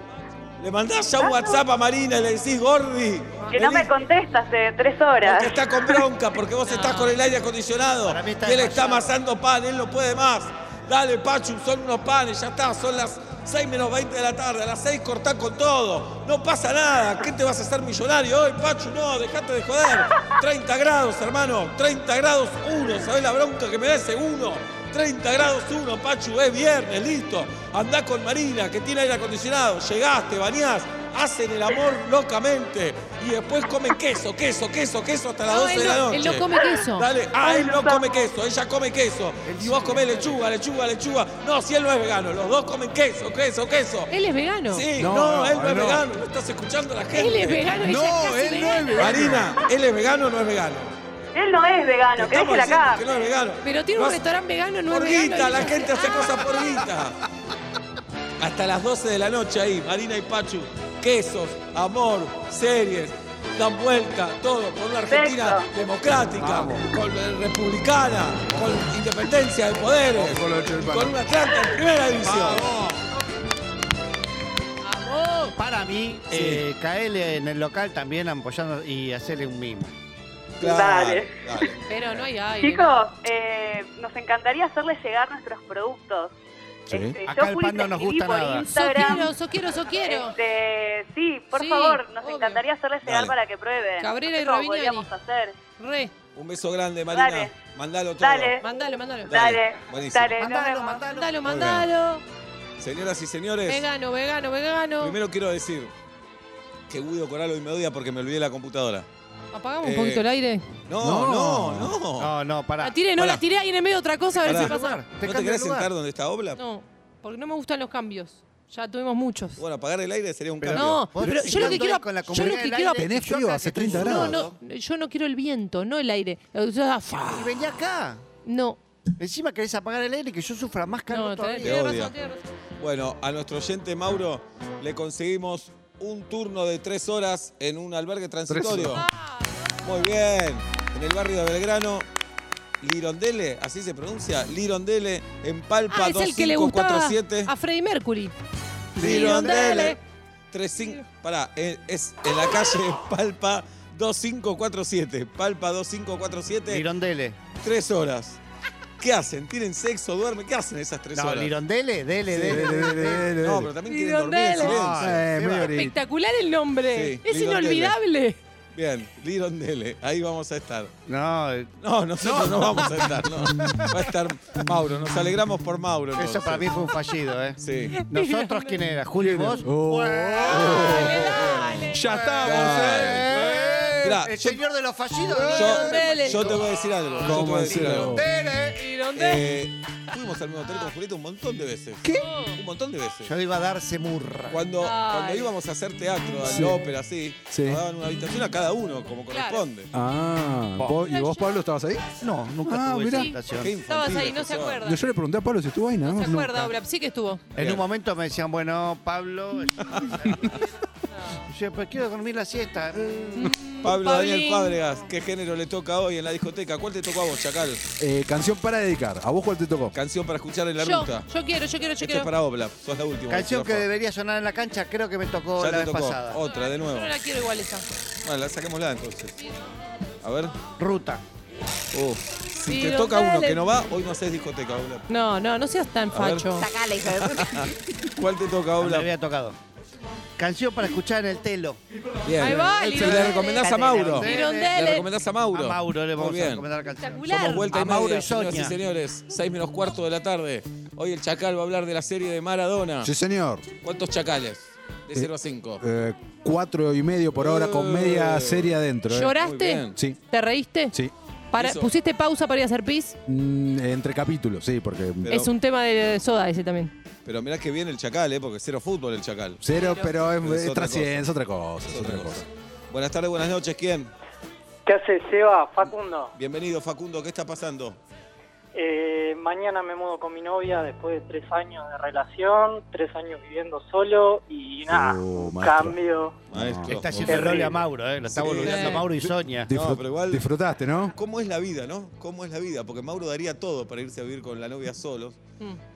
Speaker 4: Le mandás ya un WhatsApp a Marina y le decís, Gordi.
Speaker 11: Que no
Speaker 4: vení,
Speaker 11: me contesta hace tres horas.
Speaker 4: Porque está con bronca, porque vos estás con el aire acondicionado.
Speaker 6: Para mí está
Speaker 4: y él
Speaker 6: desmayado.
Speaker 4: está amasando pan, él no puede más. Dale, Pachu, son unos panes, ya está, son las 6 menos 20 de la tarde, a las 6 cortá con todo. No pasa nada, ¿qué te vas a hacer millonario hoy, Pachu? No, dejate de joder. 30 grados, hermano, 30 grados 1, ¿sabés la bronca que me da ese 1? 30 grados 1, Pachu, es viernes, listo. Andá con Marina, que tiene aire acondicionado. Llegaste, bañás, hacen el amor locamente y después comen queso, queso, queso, queso hasta las
Speaker 5: No,
Speaker 4: 12
Speaker 5: él
Speaker 4: de la
Speaker 5: no-
Speaker 4: noche.
Speaker 5: él no come queso.
Speaker 4: Dale, ah, él no come queso, ella come queso. Y vos comés lechuga, lechuga, lechuga. No, si él no es vegano, los dos comen queso, queso, queso.
Speaker 5: Él es vegano.
Speaker 4: Sí, no,
Speaker 7: No,
Speaker 4: él no,
Speaker 7: no,
Speaker 4: es
Speaker 7: no.
Speaker 4: vegano, no estás escuchando a la gente.
Speaker 5: Él es vegano. ella
Speaker 9: No,
Speaker 5: es casi
Speaker 9: él no es
Speaker 5: vegana.
Speaker 4: Marina, ¿él es vegano o no es vegano?
Speaker 11: Él Ah, no es
Speaker 4: Te
Speaker 11: vegano, que
Speaker 4: estamos
Speaker 11: déjela
Speaker 4: diciendo
Speaker 11: acá.
Speaker 4: que no es vegano.
Speaker 5: Pero tiene un
Speaker 4: Vas-
Speaker 5: restaurante vegano, no es
Speaker 4: por
Speaker 5: vegano.
Speaker 4: guita,
Speaker 5: y-
Speaker 4: la gente hace
Speaker 5: Ah,
Speaker 4: cosas por guita. Hasta las 12 de la noche ahí, Marina y Pachu. Quesos, amor, series, dan vuelta, todo por una Argentina
Speaker 11: Sexo.
Speaker 4: democrática, con, eh, republicana, con independencia de poderes,
Speaker 9: Con lo del Chelpano.
Speaker 4: con una Atlanta en primera división.
Speaker 5: vamos.
Speaker 6: Para mí,
Speaker 4: Sí.
Speaker 6: eh, caerle en el local también apoyando y hacerle un mimo.
Speaker 11: Dale.
Speaker 4: dale.
Speaker 5: Pero no hay aire.
Speaker 11: Chicos, eh, nos encantaría hacerles llegar nuestros productos. Este,
Speaker 7: Sí.
Speaker 11: yo
Speaker 6: Acá el
Speaker 11: fui y
Speaker 6: pan no
Speaker 11: te
Speaker 6: nos
Speaker 11: escribí
Speaker 6: gusta
Speaker 11: por
Speaker 6: nada.
Speaker 5: Yo
Speaker 11: Instagram.
Speaker 5: quiero, yo quiero, yo quiero.
Speaker 11: Este, sí, por
Speaker 5: Sí,
Speaker 11: favor, nos
Speaker 5: obvio.
Speaker 11: encantaría hacerles llegar
Speaker 4: Dale.
Speaker 11: para que prueben.
Speaker 5: Cabrera y
Speaker 11: No sé cómo
Speaker 5: Ravignani.
Speaker 11: podríamos hacer.
Speaker 5: Re,
Speaker 4: Un beso grande, Marina.
Speaker 11: Dale.
Speaker 4: Mandalo todo.
Speaker 11: Dale,
Speaker 5: mandalo, mandalo.
Speaker 4: Da- Dale,
Speaker 11: dale,
Speaker 4: buenísimo.
Speaker 11: dale, nos
Speaker 6: Mandalo,
Speaker 11: vemos.
Speaker 6: mandalo.
Speaker 5: Mandalo,
Speaker 4: Muy bien.
Speaker 5: mandalo.
Speaker 4: Señoras y señores,
Speaker 5: Vegano, vegano, vegano.
Speaker 4: primero quiero decir que Guido Coral hoy me odia porque me olvidé la computadora.
Speaker 5: Apagamos
Speaker 4: eh,
Speaker 5: un poquito el aire.
Speaker 4: No, no, no.
Speaker 6: No, no, pará.
Speaker 5: La tiré, no
Speaker 4: pará.
Speaker 5: la tiré ahí en el medio otra cosa a ver
Speaker 4: Pará.
Speaker 5: si pasa.
Speaker 6: Te
Speaker 4: ¿No te
Speaker 6: cambio
Speaker 4: querés
Speaker 6: de lugar.
Speaker 4: sentar donde está Obla?
Speaker 5: No, porque no me gustan los cambios. Ya tuvimos muchos.
Speaker 4: Bueno, apagar el aire sería un cambio.
Speaker 5: No,
Speaker 6: Vos
Speaker 5: pero
Speaker 6: te
Speaker 5: yo lo que
Speaker 6: sentás
Speaker 5: quiero.
Speaker 6: con la
Speaker 5: Yo lo
Speaker 6: comunidad
Speaker 5: que
Speaker 6: del
Speaker 5: quiero.
Speaker 6: aire,
Speaker 7: Tenés
Speaker 6: yo
Speaker 7: frío,
Speaker 6: acá
Speaker 7: hace
Speaker 6: que estoy
Speaker 7: 30
Speaker 5: No,
Speaker 7: grados.
Speaker 5: no, yo no quiero el viento, no el aire.
Speaker 6: Y venía acá.
Speaker 5: No,
Speaker 6: Encima querés apagar el aire y que yo sufra más calor
Speaker 5: no,
Speaker 4: Te
Speaker 6: todavía.
Speaker 5: tenés, tenés
Speaker 4: odia.
Speaker 5: razón, tenés razón.
Speaker 4: Bueno, a nuestro oyente Mauro le conseguimos un turno de tres horas en un albergue transitorio. Muy bien. En el barrio de Belgrano, Lirondele, así se pronuncia, Lirondele, en Palpa
Speaker 5: Ah, es el que le gustaba
Speaker 4: 2547.
Speaker 5: a Freddie Mercury.
Speaker 4: Lirondele.
Speaker 5: Lirondelle.
Speaker 4: 35. Pará, eh, es en la calle Palpa 2547. Palpa 2547.
Speaker 6: Lirondele.
Speaker 4: Tres horas. ¿Qué hacen? ¿Tienen sexo? ¿Duermen? ¿Qué hacen esas tres
Speaker 6: No,
Speaker 4: horas?
Speaker 6: Lirondele, dele, dele.
Speaker 7: Dele, dele, dele,
Speaker 4: No,
Speaker 7: dele.
Speaker 4: pero también quieren dormir en
Speaker 5: Lirondelle.
Speaker 4: silencio.
Speaker 7: Eh, media horita.
Speaker 5: Espectacular el nombre.
Speaker 4: Sí,
Speaker 5: es
Speaker 4: Lirondelle.
Speaker 5: inolvidable.
Speaker 4: Bien, Lirondele, ahí vamos a estar.
Speaker 6: No,
Speaker 4: No, nosotros no, vamos a estar, no. Va a estar Mauro, nos alegramos por Mauro.
Speaker 6: eso
Speaker 4: entonces.
Speaker 6: para mí fue un fallido, ¿eh?
Speaker 4: Sí.
Speaker 6: Nosotros, ¿quién era? ¿Julio y vos?
Speaker 7: Oh.
Speaker 9: Ya
Speaker 4: Dale.
Speaker 9: estamos, eh.
Speaker 4: Mirá,
Speaker 6: el
Speaker 4: yo-
Speaker 6: señor de los fallidos.
Speaker 4: Yo,
Speaker 5: Lirondelle.
Speaker 4: yo te voy a decir algo. yo te voy
Speaker 7: ¿Cómo
Speaker 4: a decir
Speaker 7: decirlo?
Speaker 4: algo.
Speaker 6: Dele.
Speaker 5: Lirondelle.
Speaker 4: Eh, fuimos al mismo hotel con Julieta un montón de veces. ¿Qué? Un montón de veces.
Speaker 6: Yo iba a darse murra.
Speaker 4: Cuando,
Speaker 5: Ay.
Speaker 4: cuando íbamos a hacer teatro, a
Speaker 7: Sí.
Speaker 4: la ópera, así,
Speaker 7: Sí.
Speaker 4: nos daban una habitación a cada uno, como
Speaker 5: Claro.
Speaker 4: corresponde.
Speaker 7: Ah, ¿vos- ¿y vos, Pablo, estabas ahí?
Speaker 6: No, nunca
Speaker 7: Ah,
Speaker 6: tuve
Speaker 7: mirá.
Speaker 6: esa situación.
Speaker 4: Qué infantil,
Speaker 5: Estabas ahí, no se
Speaker 4: profesor.
Speaker 5: acuerda.
Speaker 7: Yo le pregunté a Pablo si estuvo ahí, nada
Speaker 5: No
Speaker 7: más.
Speaker 5: se acuerda,
Speaker 7: nunca.
Speaker 5: Obla. Sí que estuvo.
Speaker 6: En un momento me decían, bueno, Pablo. Yo, pues quiero dormir la siesta.
Speaker 4: Pablo Daniel
Speaker 5: Pablín.
Speaker 4: Fábregas, ¿qué género le toca hoy en la discoteca? ¿Cuál te tocó a vos, Chacal?
Speaker 7: Eh, canción para dedicar. ¿A vos cuál te tocó?
Speaker 4: Canción para escuchar en la
Speaker 5: yo,
Speaker 4: ruta. Este
Speaker 5: yo quiero, yo quiero, yo
Speaker 4: Esto es
Speaker 5: quiero.
Speaker 4: para Obla, sos la última.
Speaker 6: Canción que
Speaker 4: Rafa.
Speaker 6: debería sonar en la cancha, creo que me tocó
Speaker 4: Ya
Speaker 6: la
Speaker 4: te
Speaker 6: vez
Speaker 4: tocó.
Speaker 6: pasada.
Speaker 4: Otra, de nuevo.
Speaker 5: Yo no la quiero igual esa.
Speaker 4: Bueno, la saquémosla entonces. A ver.
Speaker 6: Ruta.
Speaker 4: Uh, si te
Speaker 5: Lirondelle.
Speaker 4: toca uno que no va, hoy no haces discoteca, Obla.
Speaker 5: No, no, no seas tan
Speaker 4: A ver.
Speaker 5: facho.
Speaker 4: ¿Cuál te toca,
Speaker 6: No me
Speaker 4: Obla?
Speaker 6: había tocado. Canción para escuchar en el telo.
Speaker 4: Bien.
Speaker 5: Ahí va,
Speaker 4: Se
Speaker 5: Lirondelle.
Speaker 4: le recomendás a Mauro.
Speaker 5: Lirondelle.
Speaker 4: Le recomendás a Mauro.
Speaker 6: A Mauro le vamos
Speaker 4: Muy bien.
Speaker 6: a recomendar la canción.
Speaker 5: Espectacular.
Speaker 4: Somos vuelta
Speaker 6: A
Speaker 4: y media,
Speaker 6: Mauro y
Speaker 4: señoras
Speaker 6: Sonia.
Speaker 4: y señores. 6 menos cuarto de la tarde. Hoy el Chacal va a hablar de la serie de Maradona.
Speaker 7: Sí, señor.
Speaker 4: ¿Cuántos chacales? De 0 a 5.
Speaker 7: Eh, cuatro y medio por ahora con
Speaker 4: Uh.
Speaker 7: media serie adentro. eh.
Speaker 4: Muy
Speaker 5: ¿Lloraste?
Speaker 4: bien.
Speaker 7: Sí,
Speaker 5: ¿Te reíste?
Speaker 7: sí.
Speaker 5: Para-
Speaker 4: Eso.
Speaker 5: ¿Pusiste pausa para ir a hacer pis?
Speaker 7: Mm, entre capítulos, sí, porque
Speaker 4: Pero-
Speaker 5: es un tema de soda ese también.
Speaker 4: Pero mirá que bien el Chacal, ¿eh? porque cero fútbol el Chacal.
Speaker 7: cero, pero es,
Speaker 4: Pero es
Speaker 7: es
Speaker 4: otra
Speaker 7: trascien-
Speaker 4: cosa.
Speaker 7: es otra cosa, es
Speaker 4: Es otra
Speaker 7: otra cosa.
Speaker 4: Buenas tardes, buenas noches. ¿Quién?
Speaker 10: ¿Qué hace Seba, Facundo?
Speaker 4: Bienvenido, Facundo. ¿Qué está pasando?
Speaker 10: Eh, mañana me mudo con mi novia después de tres años de relación, tres años viviendo solo y nada,
Speaker 7: Oh,
Speaker 10: un
Speaker 7: maestro.
Speaker 10: cambio.
Speaker 4: Maestro.
Speaker 6: Le Está haciendo el
Speaker 10: Terrible.
Speaker 6: rol a Mauro, ¿eh? Lo está
Speaker 4: Sí.
Speaker 6: volviendo a Mauro y Sonia.
Speaker 4: No,
Speaker 7: Disfrut-
Speaker 4: pero igual-
Speaker 7: Disfrutaste, ¿no?
Speaker 4: ¿Cómo es la vida, no? ¿Cómo es la vida? Porque Mauro daría todo para irse a vivir con la novia solos.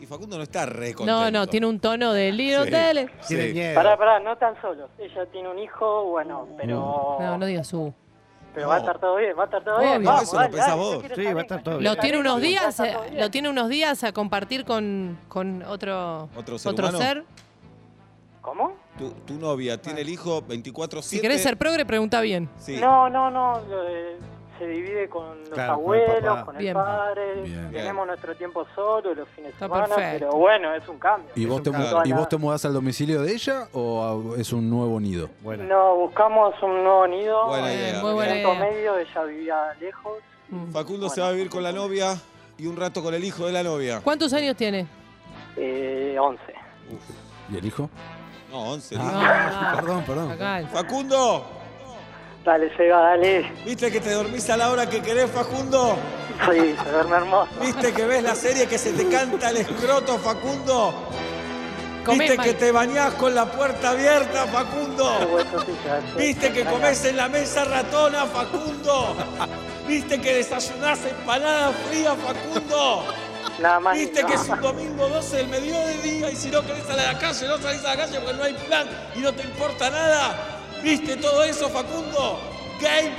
Speaker 4: Y Facundo no está re
Speaker 5: Mm. No, no, tiene un tono de eh. Little
Speaker 4: Sí.
Speaker 5: Tele.
Speaker 6: Tiene miedo.
Speaker 10: Pará, pará, no tan solos. Ella tiene un hijo, bueno, pero,
Speaker 5: No, no digas uh. su.
Speaker 10: pero va a estar todo bien, va a estar todo
Speaker 5: Obvio.
Speaker 10: bien. Vamos,
Speaker 4: Eso lo
Speaker 10: dale,
Speaker 4: pensás
Speaker 10: dale,
Speaker 4: vos.
Speaker 10: yo quiero
Speaker 6: Sí,
Speaker 10: salir,
Speaker 6: va a estar todo
Speaker 10: yo
Speaker 5: Lo
Speaker 10: quiero salir,
Speaker 6: bien.
Speaker 5: tiene unos
Speaker 10: yo quiero
Speaker 5: días,
Speaker 10: estar
Speaker 5: eh,
Speaker 10: todo bien.
Speaker 5: lo tiene unos días a compartir con, con otro,
Speaker 4: ¿Otro ser humano?
Speaker 5: ser.
Speaker 10: ¿Cómo?
Speaker 4: Tu, tu novia tiene el hijo 24-7.
Speaker 5: Si querés ser progre, pregunta bien.
Speaker 4: Sí.
Speaker 10: No, no, no. lo de- se divide con los
Speaker 6: Claro, con el
Speaker 10: abuelos, con
Speaker 6: papá.
Speaker 10: el,
Speaker 5: Bien.
Speaker 10: padre.
Speaker 7: Bien.
Speaker 10: Tenemos nuestro tiempo solo los fines de
Speaker 5: Está
Speaker 10: semana,
Speaker 5: perfecto.
Speaker 10: pero bueno, es un cambio.
Speaker 7: ¿Y
Speaker 6: Es
Speaker 7: vos,
Speaker 6: un
Speaker 7: te, mu-
Speaker 6: cambio.
Speaker 7: ¿Y vos te mudás al domicilio de ella o a- es un nuevo nido?
Speaker 6: Bueno.
Speaker 10: No, buscamos un nuevo nido.
Speaker 4: Buena
Speaker 10: eh,
Speaker 4: idea.
Speaker 5: Muy buena
Speaker 10: punto
Speaker 5: idea.
Speaker 10: medio, ella vivía lejos.
Speaker 5: Mm.
Speaker 4: Facundo se va a vivir con la novia y un rato con el hijo de la novia.
Speaker 5: ¿Cuántos años tiene?
Speaker 10: Eh, 11.
Speaker 7: ¿Y el hijo?
Speaker 4: No, 11.
Speaker 5: Ah,
Speaker 7: Perdón, perdón.
Speaker 5: Chacal.
Speaker 4: Facundo,
Speaker 10: Dale, Seba, dale.
Speaker 4: ¿viste que te dormís a la hora que querés, Facundo?
Speaker 10: Sí, se duerme hermoso.
Speaker 4: ¿Viste que ves la serie que se te canta el escroto, Facundo?
Speaker 5: Comés
Speaker 4: ¿Viste
Speaker 5: mal.
Speaker 4: que te bañás con la puerta abierta,
Speaker 10: Qué
Speaker 4: Facundo?
Speaker 10: hueso que ya hace.
Speaker 4: ¿Viste que comés en la mesa ratona, Facundo? ¿Viste que desayunás empanadas frías, Facundo?
Speaker 10: Nada más.
Speaker 4: ¿Viste
Speaker 10: no.
Speaker 4: que es un domingo 12 del mediodía y si no querés salir a la calle, no salís a la calle porque no hay plan y no te importa nada? ¿Viste todo eso, Facundo? Game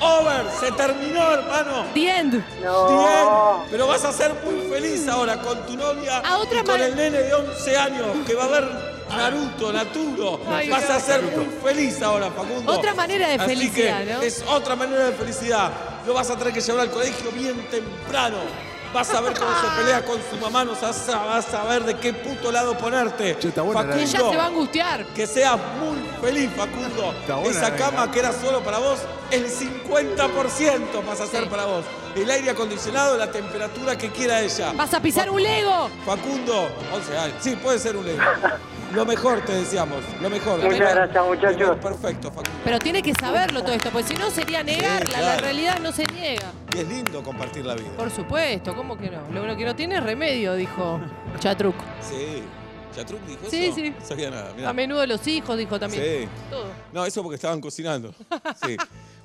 Speaker 4: over, se terminó, hermano.
Speaker 5: The end.
Speaker 10: No.
Speaker 4: Bien, pero vas a ser muy feliz ahora con tu novia
Speaker 5: A otra
Speaker 4: y con
Speaker 5: ma-
Speaker 4: el nene de 11 años que va a ver Naruto, Naturo.
Speaker 5: Ay,
Speaker 4: vas a
Speaker 5: Dios.
Speaker 4: ser muy feliz ahora, Facundo.
Speaker 5: Otra manera de
Speaker 4: Así
Speaker 5: felicidad,
Speaker 4: que
Speaker 5: ¿no?
Speaker 4: Es otra manera de felicidad. Lo vas a tener que llevar al colegio bien temprano. Vas a ver cómo se pelea con su mamá, no vas a, vas a ver de qué puto lado ponerte.
Speaker 7: Che, está buena la
Speaker 5: Y
Speaker 7: Lindo.
Speaker 5: ella se va a angustiar.
Speaker 4: Que seas muy feliz, Facundo.
Speaker 7: Está buena
Speaker 4: Esa
Speaker 7: la
Speaker 4: cama
Speaker 7: regla.
Speaker 4: que era solo para vos, el 50% vas a hacer
Speaker 5: Sí.
Speaker 4: para vos. El aire acondicionado, la temperatura que quiera ella.
Speaker 5: Vas a pisar un Lego.
Speaker 4: Facundo, 11 años. Sí, puede ser un Lego. Lo mejor te decíamos, lo mejor.
Speaker 10: Muchas
Speaker 4: Te va-
Speaker 10: gracias, muchachos.
Speaker 4: te va Perfecto, Facundo.
Speaker 5: Pero tiene que saberlo todo esto, porque si no sería negarla. La
Speaker 4: claro.
Speaker 5: realidad no se niega.
Speaker 4: Y es lindo compartir la vida.
Speaker 5: Por supuesto, ¿cómo que no? Lo que no tiene es remedio, dijo Chatruc.
Speaker 4: Sí. ¿Chatruc dijo eso?
Speaker 5: Sí, sí.
Speaker 4: No sabía nada. mirá.
Speaker 5: A menudo los hijos, dijo también.
Speaker 4: Sí.
Speaker 5: Todo.
Speaker 4: No, eso porque estaban cocinando. Sí.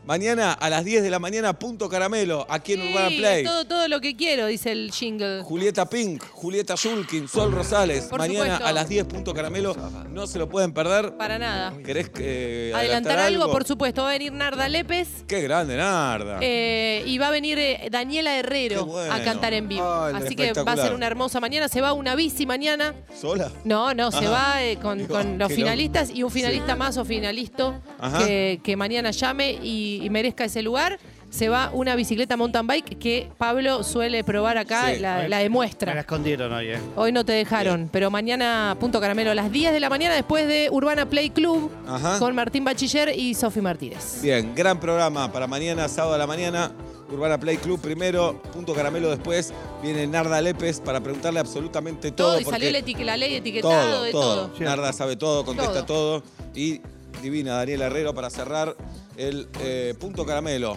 Speaker 4: Mañana a las 10 de la mañana, punto caramelo, aquí en
Speaker 5: Sí,
Speaker 4: Urbana Play.
Speaker 5: Todo, todo lo que quiero, dice el jingle.
Speaker 4: Julieta Pink, Julieta Shulkin, Sol Rosales.
Speaker 5: Por
Speaker 4: Mañana
Speaker 5: supuesto.
Speaker 4: a las 10, punto caramelo. No se lo pueden perder.
Speaker 5: Para nada.
Speaker 4: ¿Querés eh,
Speaker 5: Adelantar algo, por supuesto. Va a venir Narda Lépez
Speaker 4: Qué grande, Narda.
Speaker 5: eh, y va a venir eh, Daniela Herrero
Speaker 4: Ah. Qué bueno.
Speaker 5: a cantar en vivo.
Speaker 4: Ay,
Speaker 5: Así que va a
Speaker 4: espectacular.
Speaker 5: ser una hermosa mañana. Se va una bici mañana.
Speaker 4: ¿Sola?
Speaker 5: No, no, se
Speaker 4: Ajá.
Speaker 5: va eh, con,
Speaker 4: Digo,
Speaker 5: con los
Speaker 4: qué
Speaker 5: finalistas y un finalista más o finalisto
Speaker 4: Ajá.
Speaker 5: que, que mañana llame y, y merezca ese lugar. Se va una bicicleta mountain bike que Pablo suele probar acá,
Speaker 4: Sí.
Speaker 5: la, la
Speaker 6: Me la
Speaker 5: demuestra.
Speaker 6: escondieron hoy, ¿eh?
Speaker 5: Hoy no te dejaron, pero mañana, punto caramelo, a las 10 de la mañana después de Urbana Play Club
Speaker 4: Ajá.
Speaker 5: con Martín Bachiller y Sofi Martínez.
Speaker 4: Bien, gran programa para mañana, sábado a la mañana. Urbana Play Club primero, punto caramelo después. Viene Narda Lépez para preguntarle absolutamente todo.
Speaker 5: Todo, y salió la,
Speaker 4: porque
Speaker 5: eti- la ley etiquetado
Speaker 4: todo,
Speaker 5: de
Speaker 4: todo.
Speaker 5: todo.
Speaker 4: Narda sabe todo, contesta todo. Y divina Daniela Herrero para cerrar el eh, punto caramelo.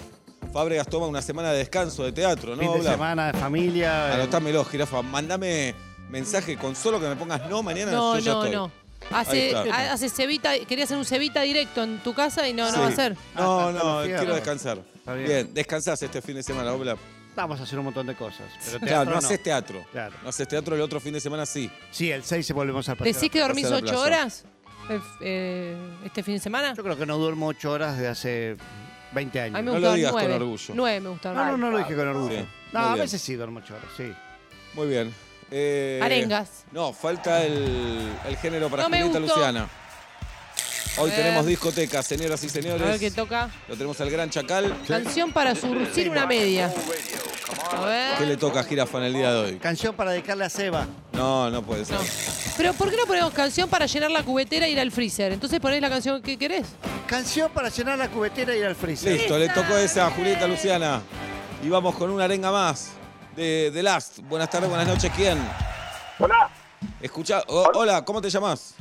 Speaker 4: Fábregas toma una semana de descanso de teatro, ¿no?
Speaker 6: Fin de
Speaker 4: Blas?
Speaker 6: semana, de familia. eh,
Speaker 4: Anotámelo, jirafa. Mándame mensaje con solo que me pongas no mañana.
Speaker 5: No,
Speaker 4: Ah, yo ya
Speaker 5: no,
Speaker 4: estoy.
Speaker 5: no.
Speaker 4: Ahí
Speaker 5: Hace,
Speaker 4: está.
Speaker 5: ha- hace cevita, quería hacer un cevita directo en tu casa y no,
Speaker 4: Sí.
Speaker 5: no va a ser.
Speaker 4: No,
Speaker 6: Ah, está
Speaker 4: no,
Speaker 6: la fiebre.
Speaker 4: quiero descansar.
Speaker 6: Está
Speaker 4: bien.
Speaker 6: bien.
Speaker 4: descansás este fin de semana, Obla.
Speaker 6: Vamos a hacer un montón de cosas. Pero teatro
Speaker 4: Claro, no,
Speaker 6: no.
Speaker 4: haces teatro.
Speaker 6: Claro.
Speaker 4: No haces teatro, el otro fin de semana sí.
Speaker 6: Sí, el 6 volvemos al paseo.
Speaker 5: ¿Decís que dormís
Speaker 4: Pasar a la
Speaker 5: ocho
Speaker 4: plaza.
Speaker 5: horas eh, eh, este fin de semana?
Speaker 6: Yo creo que no duermo 8 horas de hace 20
Speaker 5: A mí me
Speaker 6: años.
Speaker 4: No lo
Speaker 5: gustaban
Speaker 4: digas con
Speaker 5: nueve.
Speaker 4: orgullo.
Speaker 5: Nueve me gustaron.
Speaker 6: No, no, no lo dije con orgullo.
Speaker 4: Sí,
Speaker 6: no,
Speaker 4: muy
Speaker 6: a
Speaker 4: bien.
Speaker 6: veces sí duermo 8 horas, sí.
Speaker 4: Muy bien. Eh,
Speaker 5: Arengas.
Speaker 4: No, falta el, el género para
Speaker 5: No me
Speaker 4: Julieta
Speaker 5: gustó.
Speaker 4: Luciana. Hoy
Speaker 5: A ver.
Speaker 4: tenemos discoteca, señoras y
Speaker 5: A
Speaker 4: señores.
Speaker 5: ver qué toca.
Speaker 4: Lo tenemos al gran chacal.
Speaker 5: Canción para surcir una media. A ver.
Speaker 4: ¿Qué le toca a Girafa en el día de hoy?
Speaker 6: Canción para dedicarle a Seba.
Speaker 4: No, no puede ser.
Speaker 5: Pero ¿por qué no ponemos canción para llenar la cubetera e ir al freezer? Entonces ponés la canción que querés.
Speaker 6: Canción para llenar la cubetera y ir al freezer.
Speaker 4: Listo, le tocó esa a Julieta Luciana. Y vamos con una arenga más de The Last. Buenas tardes, buenas noches, ¿quién?
Speaker 12: Hola,
Speaker 4: Escucha, o- hola, ¿cómo te llamas?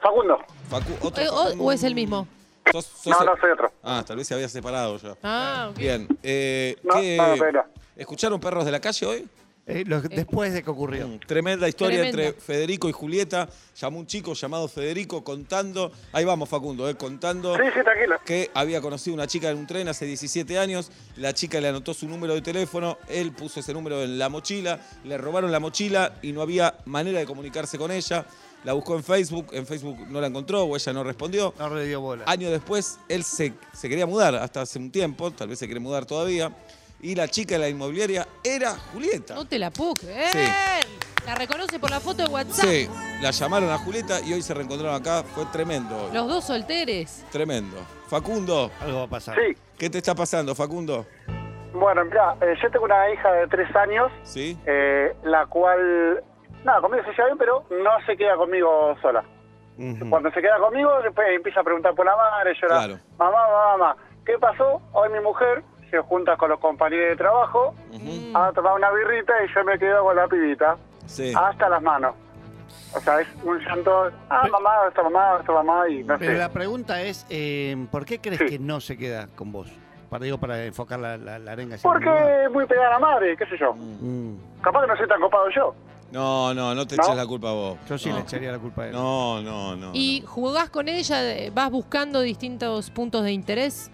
Speaker 12: Facundo.
Speaker 4: Facu, otro
Speaker 5: Eh, O,
Speaker 4: Facundo.
Speaker 5: o es el mismo?
Speaker 4: ¿Sos- sos
Speaker 12: No,
Speaker 4: el-
Speaker 12: no, soy otro.
Speaker 4: Ah, tal vez se había separado ya.
Speaker 5: Ah, ok.
Speaker 4: Bien. eh,
Speaker 12: No,
Speaker 4: ¿qué-
Speaker 12: no, no, no.
Speaker 4: ¿Escucharon Perros de la Calle hoy?
Speaker 6: Eh, lo- después de que ocurrió.
Speaker 4: Mm, Tremenda historia
Speaker 5: Tremenda.
Speaker 4: entre Federico y Julieta. Llamó un chico llamado Federico contando, ahí vamos Facundo, eh, contando
Speaker 12: Sí, sí, tranquilo.
Speaker 4: que había conocido una chica en un tren hace 17 años, la chica le anotó su número de teléfono, él puso ese número en la mochila, le robaron la mochila y no había manera de comunicarse con ella. La buscó en Facebook, en Facebook no la encontró o ella no respondió.
Speaker 6: No le dio bola.
Speaker 4: Años después, él se, se quería mudar, hasta hace un tiempo, tal vez se quiere mudar todavía, y la chica de la inmobiliaria era Julieta.
Speaker 5: No te la puedo creer. La reconoce por la foto de WhatsApp.
Speaker 4: Sí, la llamaron a Julieta y hoy se reencontraron acá. Fue tremendo. hoy.
Speaker 5: Los dos solteres.
Speaker 4: Tremendo. Facundo,
Speaker 6: Algo va a pasar.
Speaker 12: Sí,
Speaker 4: ¿qué te está pasando, Facundo?
Speaker 12: bueno, mira, yo tengo una hija de tres años,
Speaker 4: ¿Sí?
Speaker 12: eh, la cual, nada, conmigo se lleva bien, pero no se queda conmigo sola. Cuando se queda conmigo, después empieza a preguntar por la madre, llora.
Speaker 4: Mm. Claro.
Speaker 12: Mamá, mamá, mamá, ¿qué pasó? Hoy mi mujer se junta con los compañeros de trabajo
Speaker 4: Ujú.
Speaker 12: a tomar una birrita y yo me quedo con la pibita
Speaker 4: Mm. Sí.
Speaker 12: hasta las manos. O sea, es un llanto, ah, mamá, esta mamá, esta mamá, y no
Speaker 6: Pero
Speaker 12: sé.
Speaker 6: la pregunta es, eh, ¿por qué crees
Speaker 12: Sí.
Speaker 6: que no se queda con vos? Para, digo, para enfocar la, la, la arenga. hacia
Speaker 12: Porque
Speaker 6: el lugar.
Speaker 12: es muy pegada a la madre, qué sé yo.
Speaker 6: Mm.
Speaker 12: Capaz que no soy tan copado yo.
Speaker 4: No, no, no te
Speaker 12: ¿No?
Speaker 4: eches la culpa a vos.
Speaker 6: Yo sí
Speaker 4: no.
Speaker 6: le echaría la culpa a él.
Speaker 4: No, no, no.
Speaker 5: ¿Y jugás con ella? eh, ¿Vas buscando distintos puntos de interés?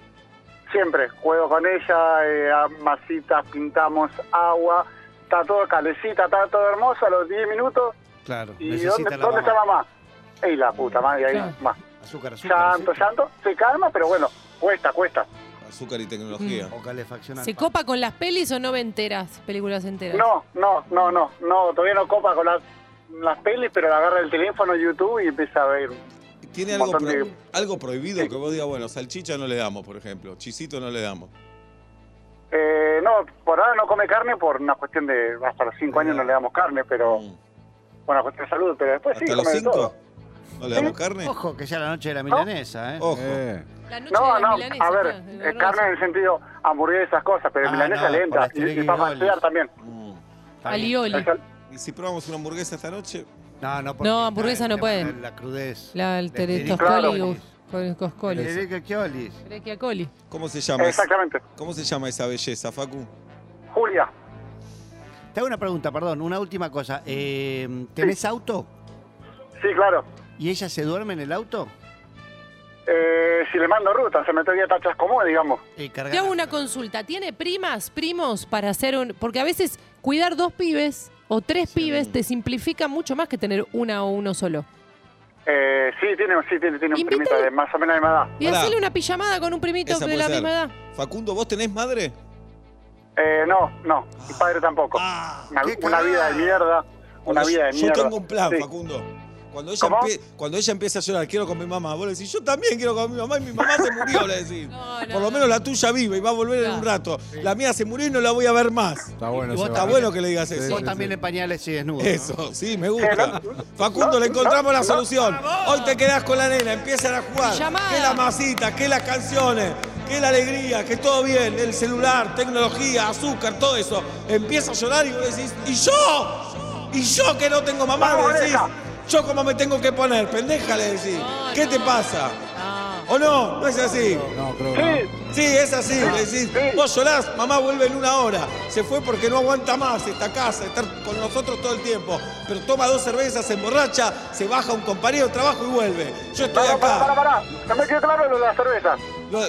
Speaker 12: Siempre juego con ella, eh, a masitas, pintamos agua, está todo calecita, está todo hermoso a los 10 minutos.
Speaker 6: Claro,
Speaker 12: ¿Y
Speaker 6: necesita
Speaker 12: dónde,
Speaker 6: la
Speaker 12: dónde está
Speaker 6: mamá.
Speaker 12: mamá? Y la puta madre, ahí
Speaker 5: Claro.
Speaker 12: más.
Speaker 6: Azúcar, azúcar.
Speaker 12: Llanto,
Speaker 6: azúcar.
Speaker 12: llanto, se calma, pero bueno, cuesta, cuesta.
Speaker 4: no. Azúcar y tecnología.
Speaker 6: O calefacción al
Speaker 5: ¿Se
Speaker 6: pan.
Speaker 5: copa con las pelis o no ve enteras, películas enteras?
Speaker 12: No, no, no, no, no, todavía no copa con las, las pelis, pero agarra el teléfono, YouTube y empieza a ver.
Speaker 4: ¿Tiene
Speaker 12: Un
Speaker 4: algo,
Speaker 12: montón
Speaker 4: pro-
Speaker 12: de-
Speaker 4: algo prohibido que vos digas, bueno, salchicha no le damos, por ejemplo, chisito no le damos?
Speaker 12: Eh, no, por ahora no come carne por una cuestión de hasta los 5 años no le damos carne, pero
Speaker 4: Mm.
Speaker 12: bueno, cuestión de salud, pero después sí
Speaker 4: ¿Hasta los
Speaker 12: come de todo.
Speaker 4: cinco? ¿No le damos carne?
Speaker 6: Ojo, que ya la noche de la milanesa, ¿eh?
Speaker 7: Oh.
Speaker 4: Ojo.
Speaker 3: Eh,
Speaker 5: La noche
Speaker 12: No,
Speaker 5: de la
Speaker 12: no,
Speaker 5: milanesa,
Speaker 12: a ver,
Speaker 5: claro,
Speaker 12: eh,
Speaker 5: no, no,
Speaker 12: carne en el sentido hamburguesas, cosas, pero
Speaker 6: Ah,
Speaker 12: milanesa
Speaker 6: no,
Speaker 12: le
Speaker 6: por
Speaker 12: entra.
Speaker 6: las
Speaker 12: Y, y
Speaker 6: tirigoles.
Speaker 12: para pasear también.
Speaker 4: Mm.
Speaker 6: Está bien.
Speaker 5: Alioli.
Speaker 4: ¿Y si probamos una hamburguesa esta noche?
Speaker 6: No, no, porque
Speaker 5: No,
Speaker 6: está
Speaker 5: hamburguesa
Speaker 6: el
Speaker 5: no
Speaker 6: tema
Speaker 5: puede.
Speaker 6: de La crudez.
Speaker 5: La, el
Speaker 6: Del
Speaker 5: tere-
Speaker 12: Claro.
Speaker 5: toscoli, uf, con el coscoli.
Speaker 6: El Ericacchioli.
Speaker 5: Brecciacoli.
Speaker 4: ¿Cómo se llama? esa-
Speaker 12: Exactamente.
Speaker 4: ¿Cómo se llama esa belleza, Facu?
Speaker 12: Julia,
Speaker 6: Te hago una pregunta, perdón, una última cosa. Eh, ¿Tenés auto?
Speaker 12: sí, claro.
Speaker 6: ¿Y ella se duerme en el auto?
Speaker 12: Eh, si le mando ruta, se me traía tachas comunes, digamos.
Speaker 6: Y
Speaker 5: Te hago una consulta. ¿Tiene primas, primos para hacer un...? Porque a veces cuidar dos pibes o tres pibes te simplifica mucho más que tener una o uno solo.
Speaker 12: Eh, sí, tiene, sí, tiene, tiene un
Speaker 5: Invítale.
Speaker 12: primito de más o menos de mi edad.
Speaker 5: Y
Speaker 4: Pará.
Speaker 5: hacerle una pijamada con un primito
Speaker 4: Esa
Speaker 5: de
Speaker 4: puede
Speaker 5: la
Speaker 4: ser.
Speaker 5: misma edad.
Speaker 4: Facundo, ¿vos tenés madre?
Speaker 12: Eh, no, no, mi
Speaker 4: Ah,
Speaker 12: padre tampoco. una,
Speaker 6: qué
Speaker 12: una vida
Speaker 6: cagada.
Speaker 12: de mierda, una
Speaker 4: Porque
Speaker 12: vida de
Speaker 4: ah, yo,
Speaker 12: mierda.
Speaker 4: Yo tengo un plan,
Speaker 12: Sí.
Speaker 4: Facundo. Cuando ella,
Speaker 12: ¿Cómo?
Speaker 4: empie- cuando ella empieza a llorar, quiero con mi mamá. Vos le decís, yo también quiero con mi mamá y mi mamá se murió, le decís.
Speaker 5: No, no,
Speaker 4: Por lo
Speaker 5: no.
Speaker 4: menos la tuya vive y va a volver en
Speaker 5: Claro.
Speaker 4: un rato. La mía se murió y no la voy a ver más.
Speaker 3: está bueno.
Speaker 6: Y vos
Speaker 3: ese
Speaker 4: Está
Speaker 3: barrio.
Speaker 4: bueno que le digas eso.
Speaker 6: Vos también en pañales y desnudo. ¿no?
Speaker 4: Eso, sí, me gusta.
Speaker 12: Sí, no.
Speaker 4: Facundo,
Speaker 12: No,
Speaker 4: le encontramos
Speaker 12: no,
Speaker 4: la
Speaker 12: no.
Speaker 4: solución. Hoy te quedás con la nena, empiezan a jugar.
Speaker 5: Llamada.
Speaker 4: Que la masita, que las canciones, que la alegría, que todo bien, el celular, tecnología, azúcar, todo eso. Empieza a llorar y vos decís, ¿y yo? ¿Y yo que no tengo mamá?
Speaker 12: Vamos,
Speaker 4: Le decís,
Speaker 12: oreja.
Speaker 4: ¿yo cómo me tengo que poner? Pendeja, le decís.
Speaker 5: No,
Speaker 4: ¿Qué
Speaker 5: no. Ah.
Speaker 4: te pasa?
Speaker 5: No.
Speaker 4: ¿O no? No es así.
Speaker 3: No, creo que no.
Speaker 12: Sí,
Speaker 4: Sí, es así, le decís, vos llorás, mamá vuelve en una hora, se fue porque no aguanta más esta casa, estar con nosotros todo el tiempo, pero toma dos cervezas, se emborracha, se baja un compañero de trabajo y vuelve. Yo estoy
Speaker 12: no, no, para, para,
Speaker 4: acá.
Speaker 12: para. No me quedó claro lo de la cerveza.
Speaker 4: Lo-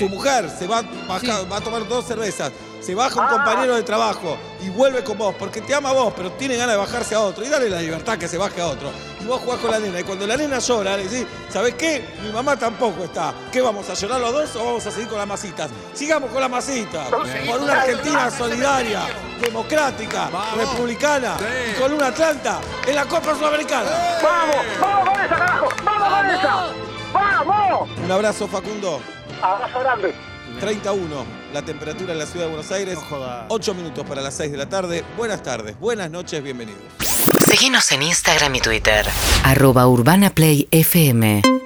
Speaker 4: tu mujer se va, baja- va a tomar dos cervezas, se baja un
Speaker 12: Ah.
Speaker 4: compañero de trabajo y vuelve con vos, porque te ama a vos, pero tiene ganas de bajarse a otro, y dale la libertad que se baje a otro. Y vos jugás con la nena, y cuando la nena llora, le decís, ¿sabés qué? Mi mamá tampoco está. ¿Qué vamos a llorar los dos o vamos a seguir con las masitas? Sigamos con las masitas, por una Argentina solidaria, democrática, republicana, y con una Atlanta en la Copa Sudamericana.
Speaker 12: ¡Vamos! ¡Vamos con esa, carajo! ¡Vamos con esa!
Speaker 5: ¡Vamos!
Speaker 12: ¡Vamos!
Speaker 4: Un abrazo, Facundo.
Speaker 12: Abrazo grande.
Speaker 4: 31, la temperatura en la ciudad de Buenos Aires. 8 minutos para las 6 de la tarde. Buenas tardes, buenas noches, bienvenidos.
Speaker 3: Seguinos en Instagram y Twitter. Arroba Urbana Play FM.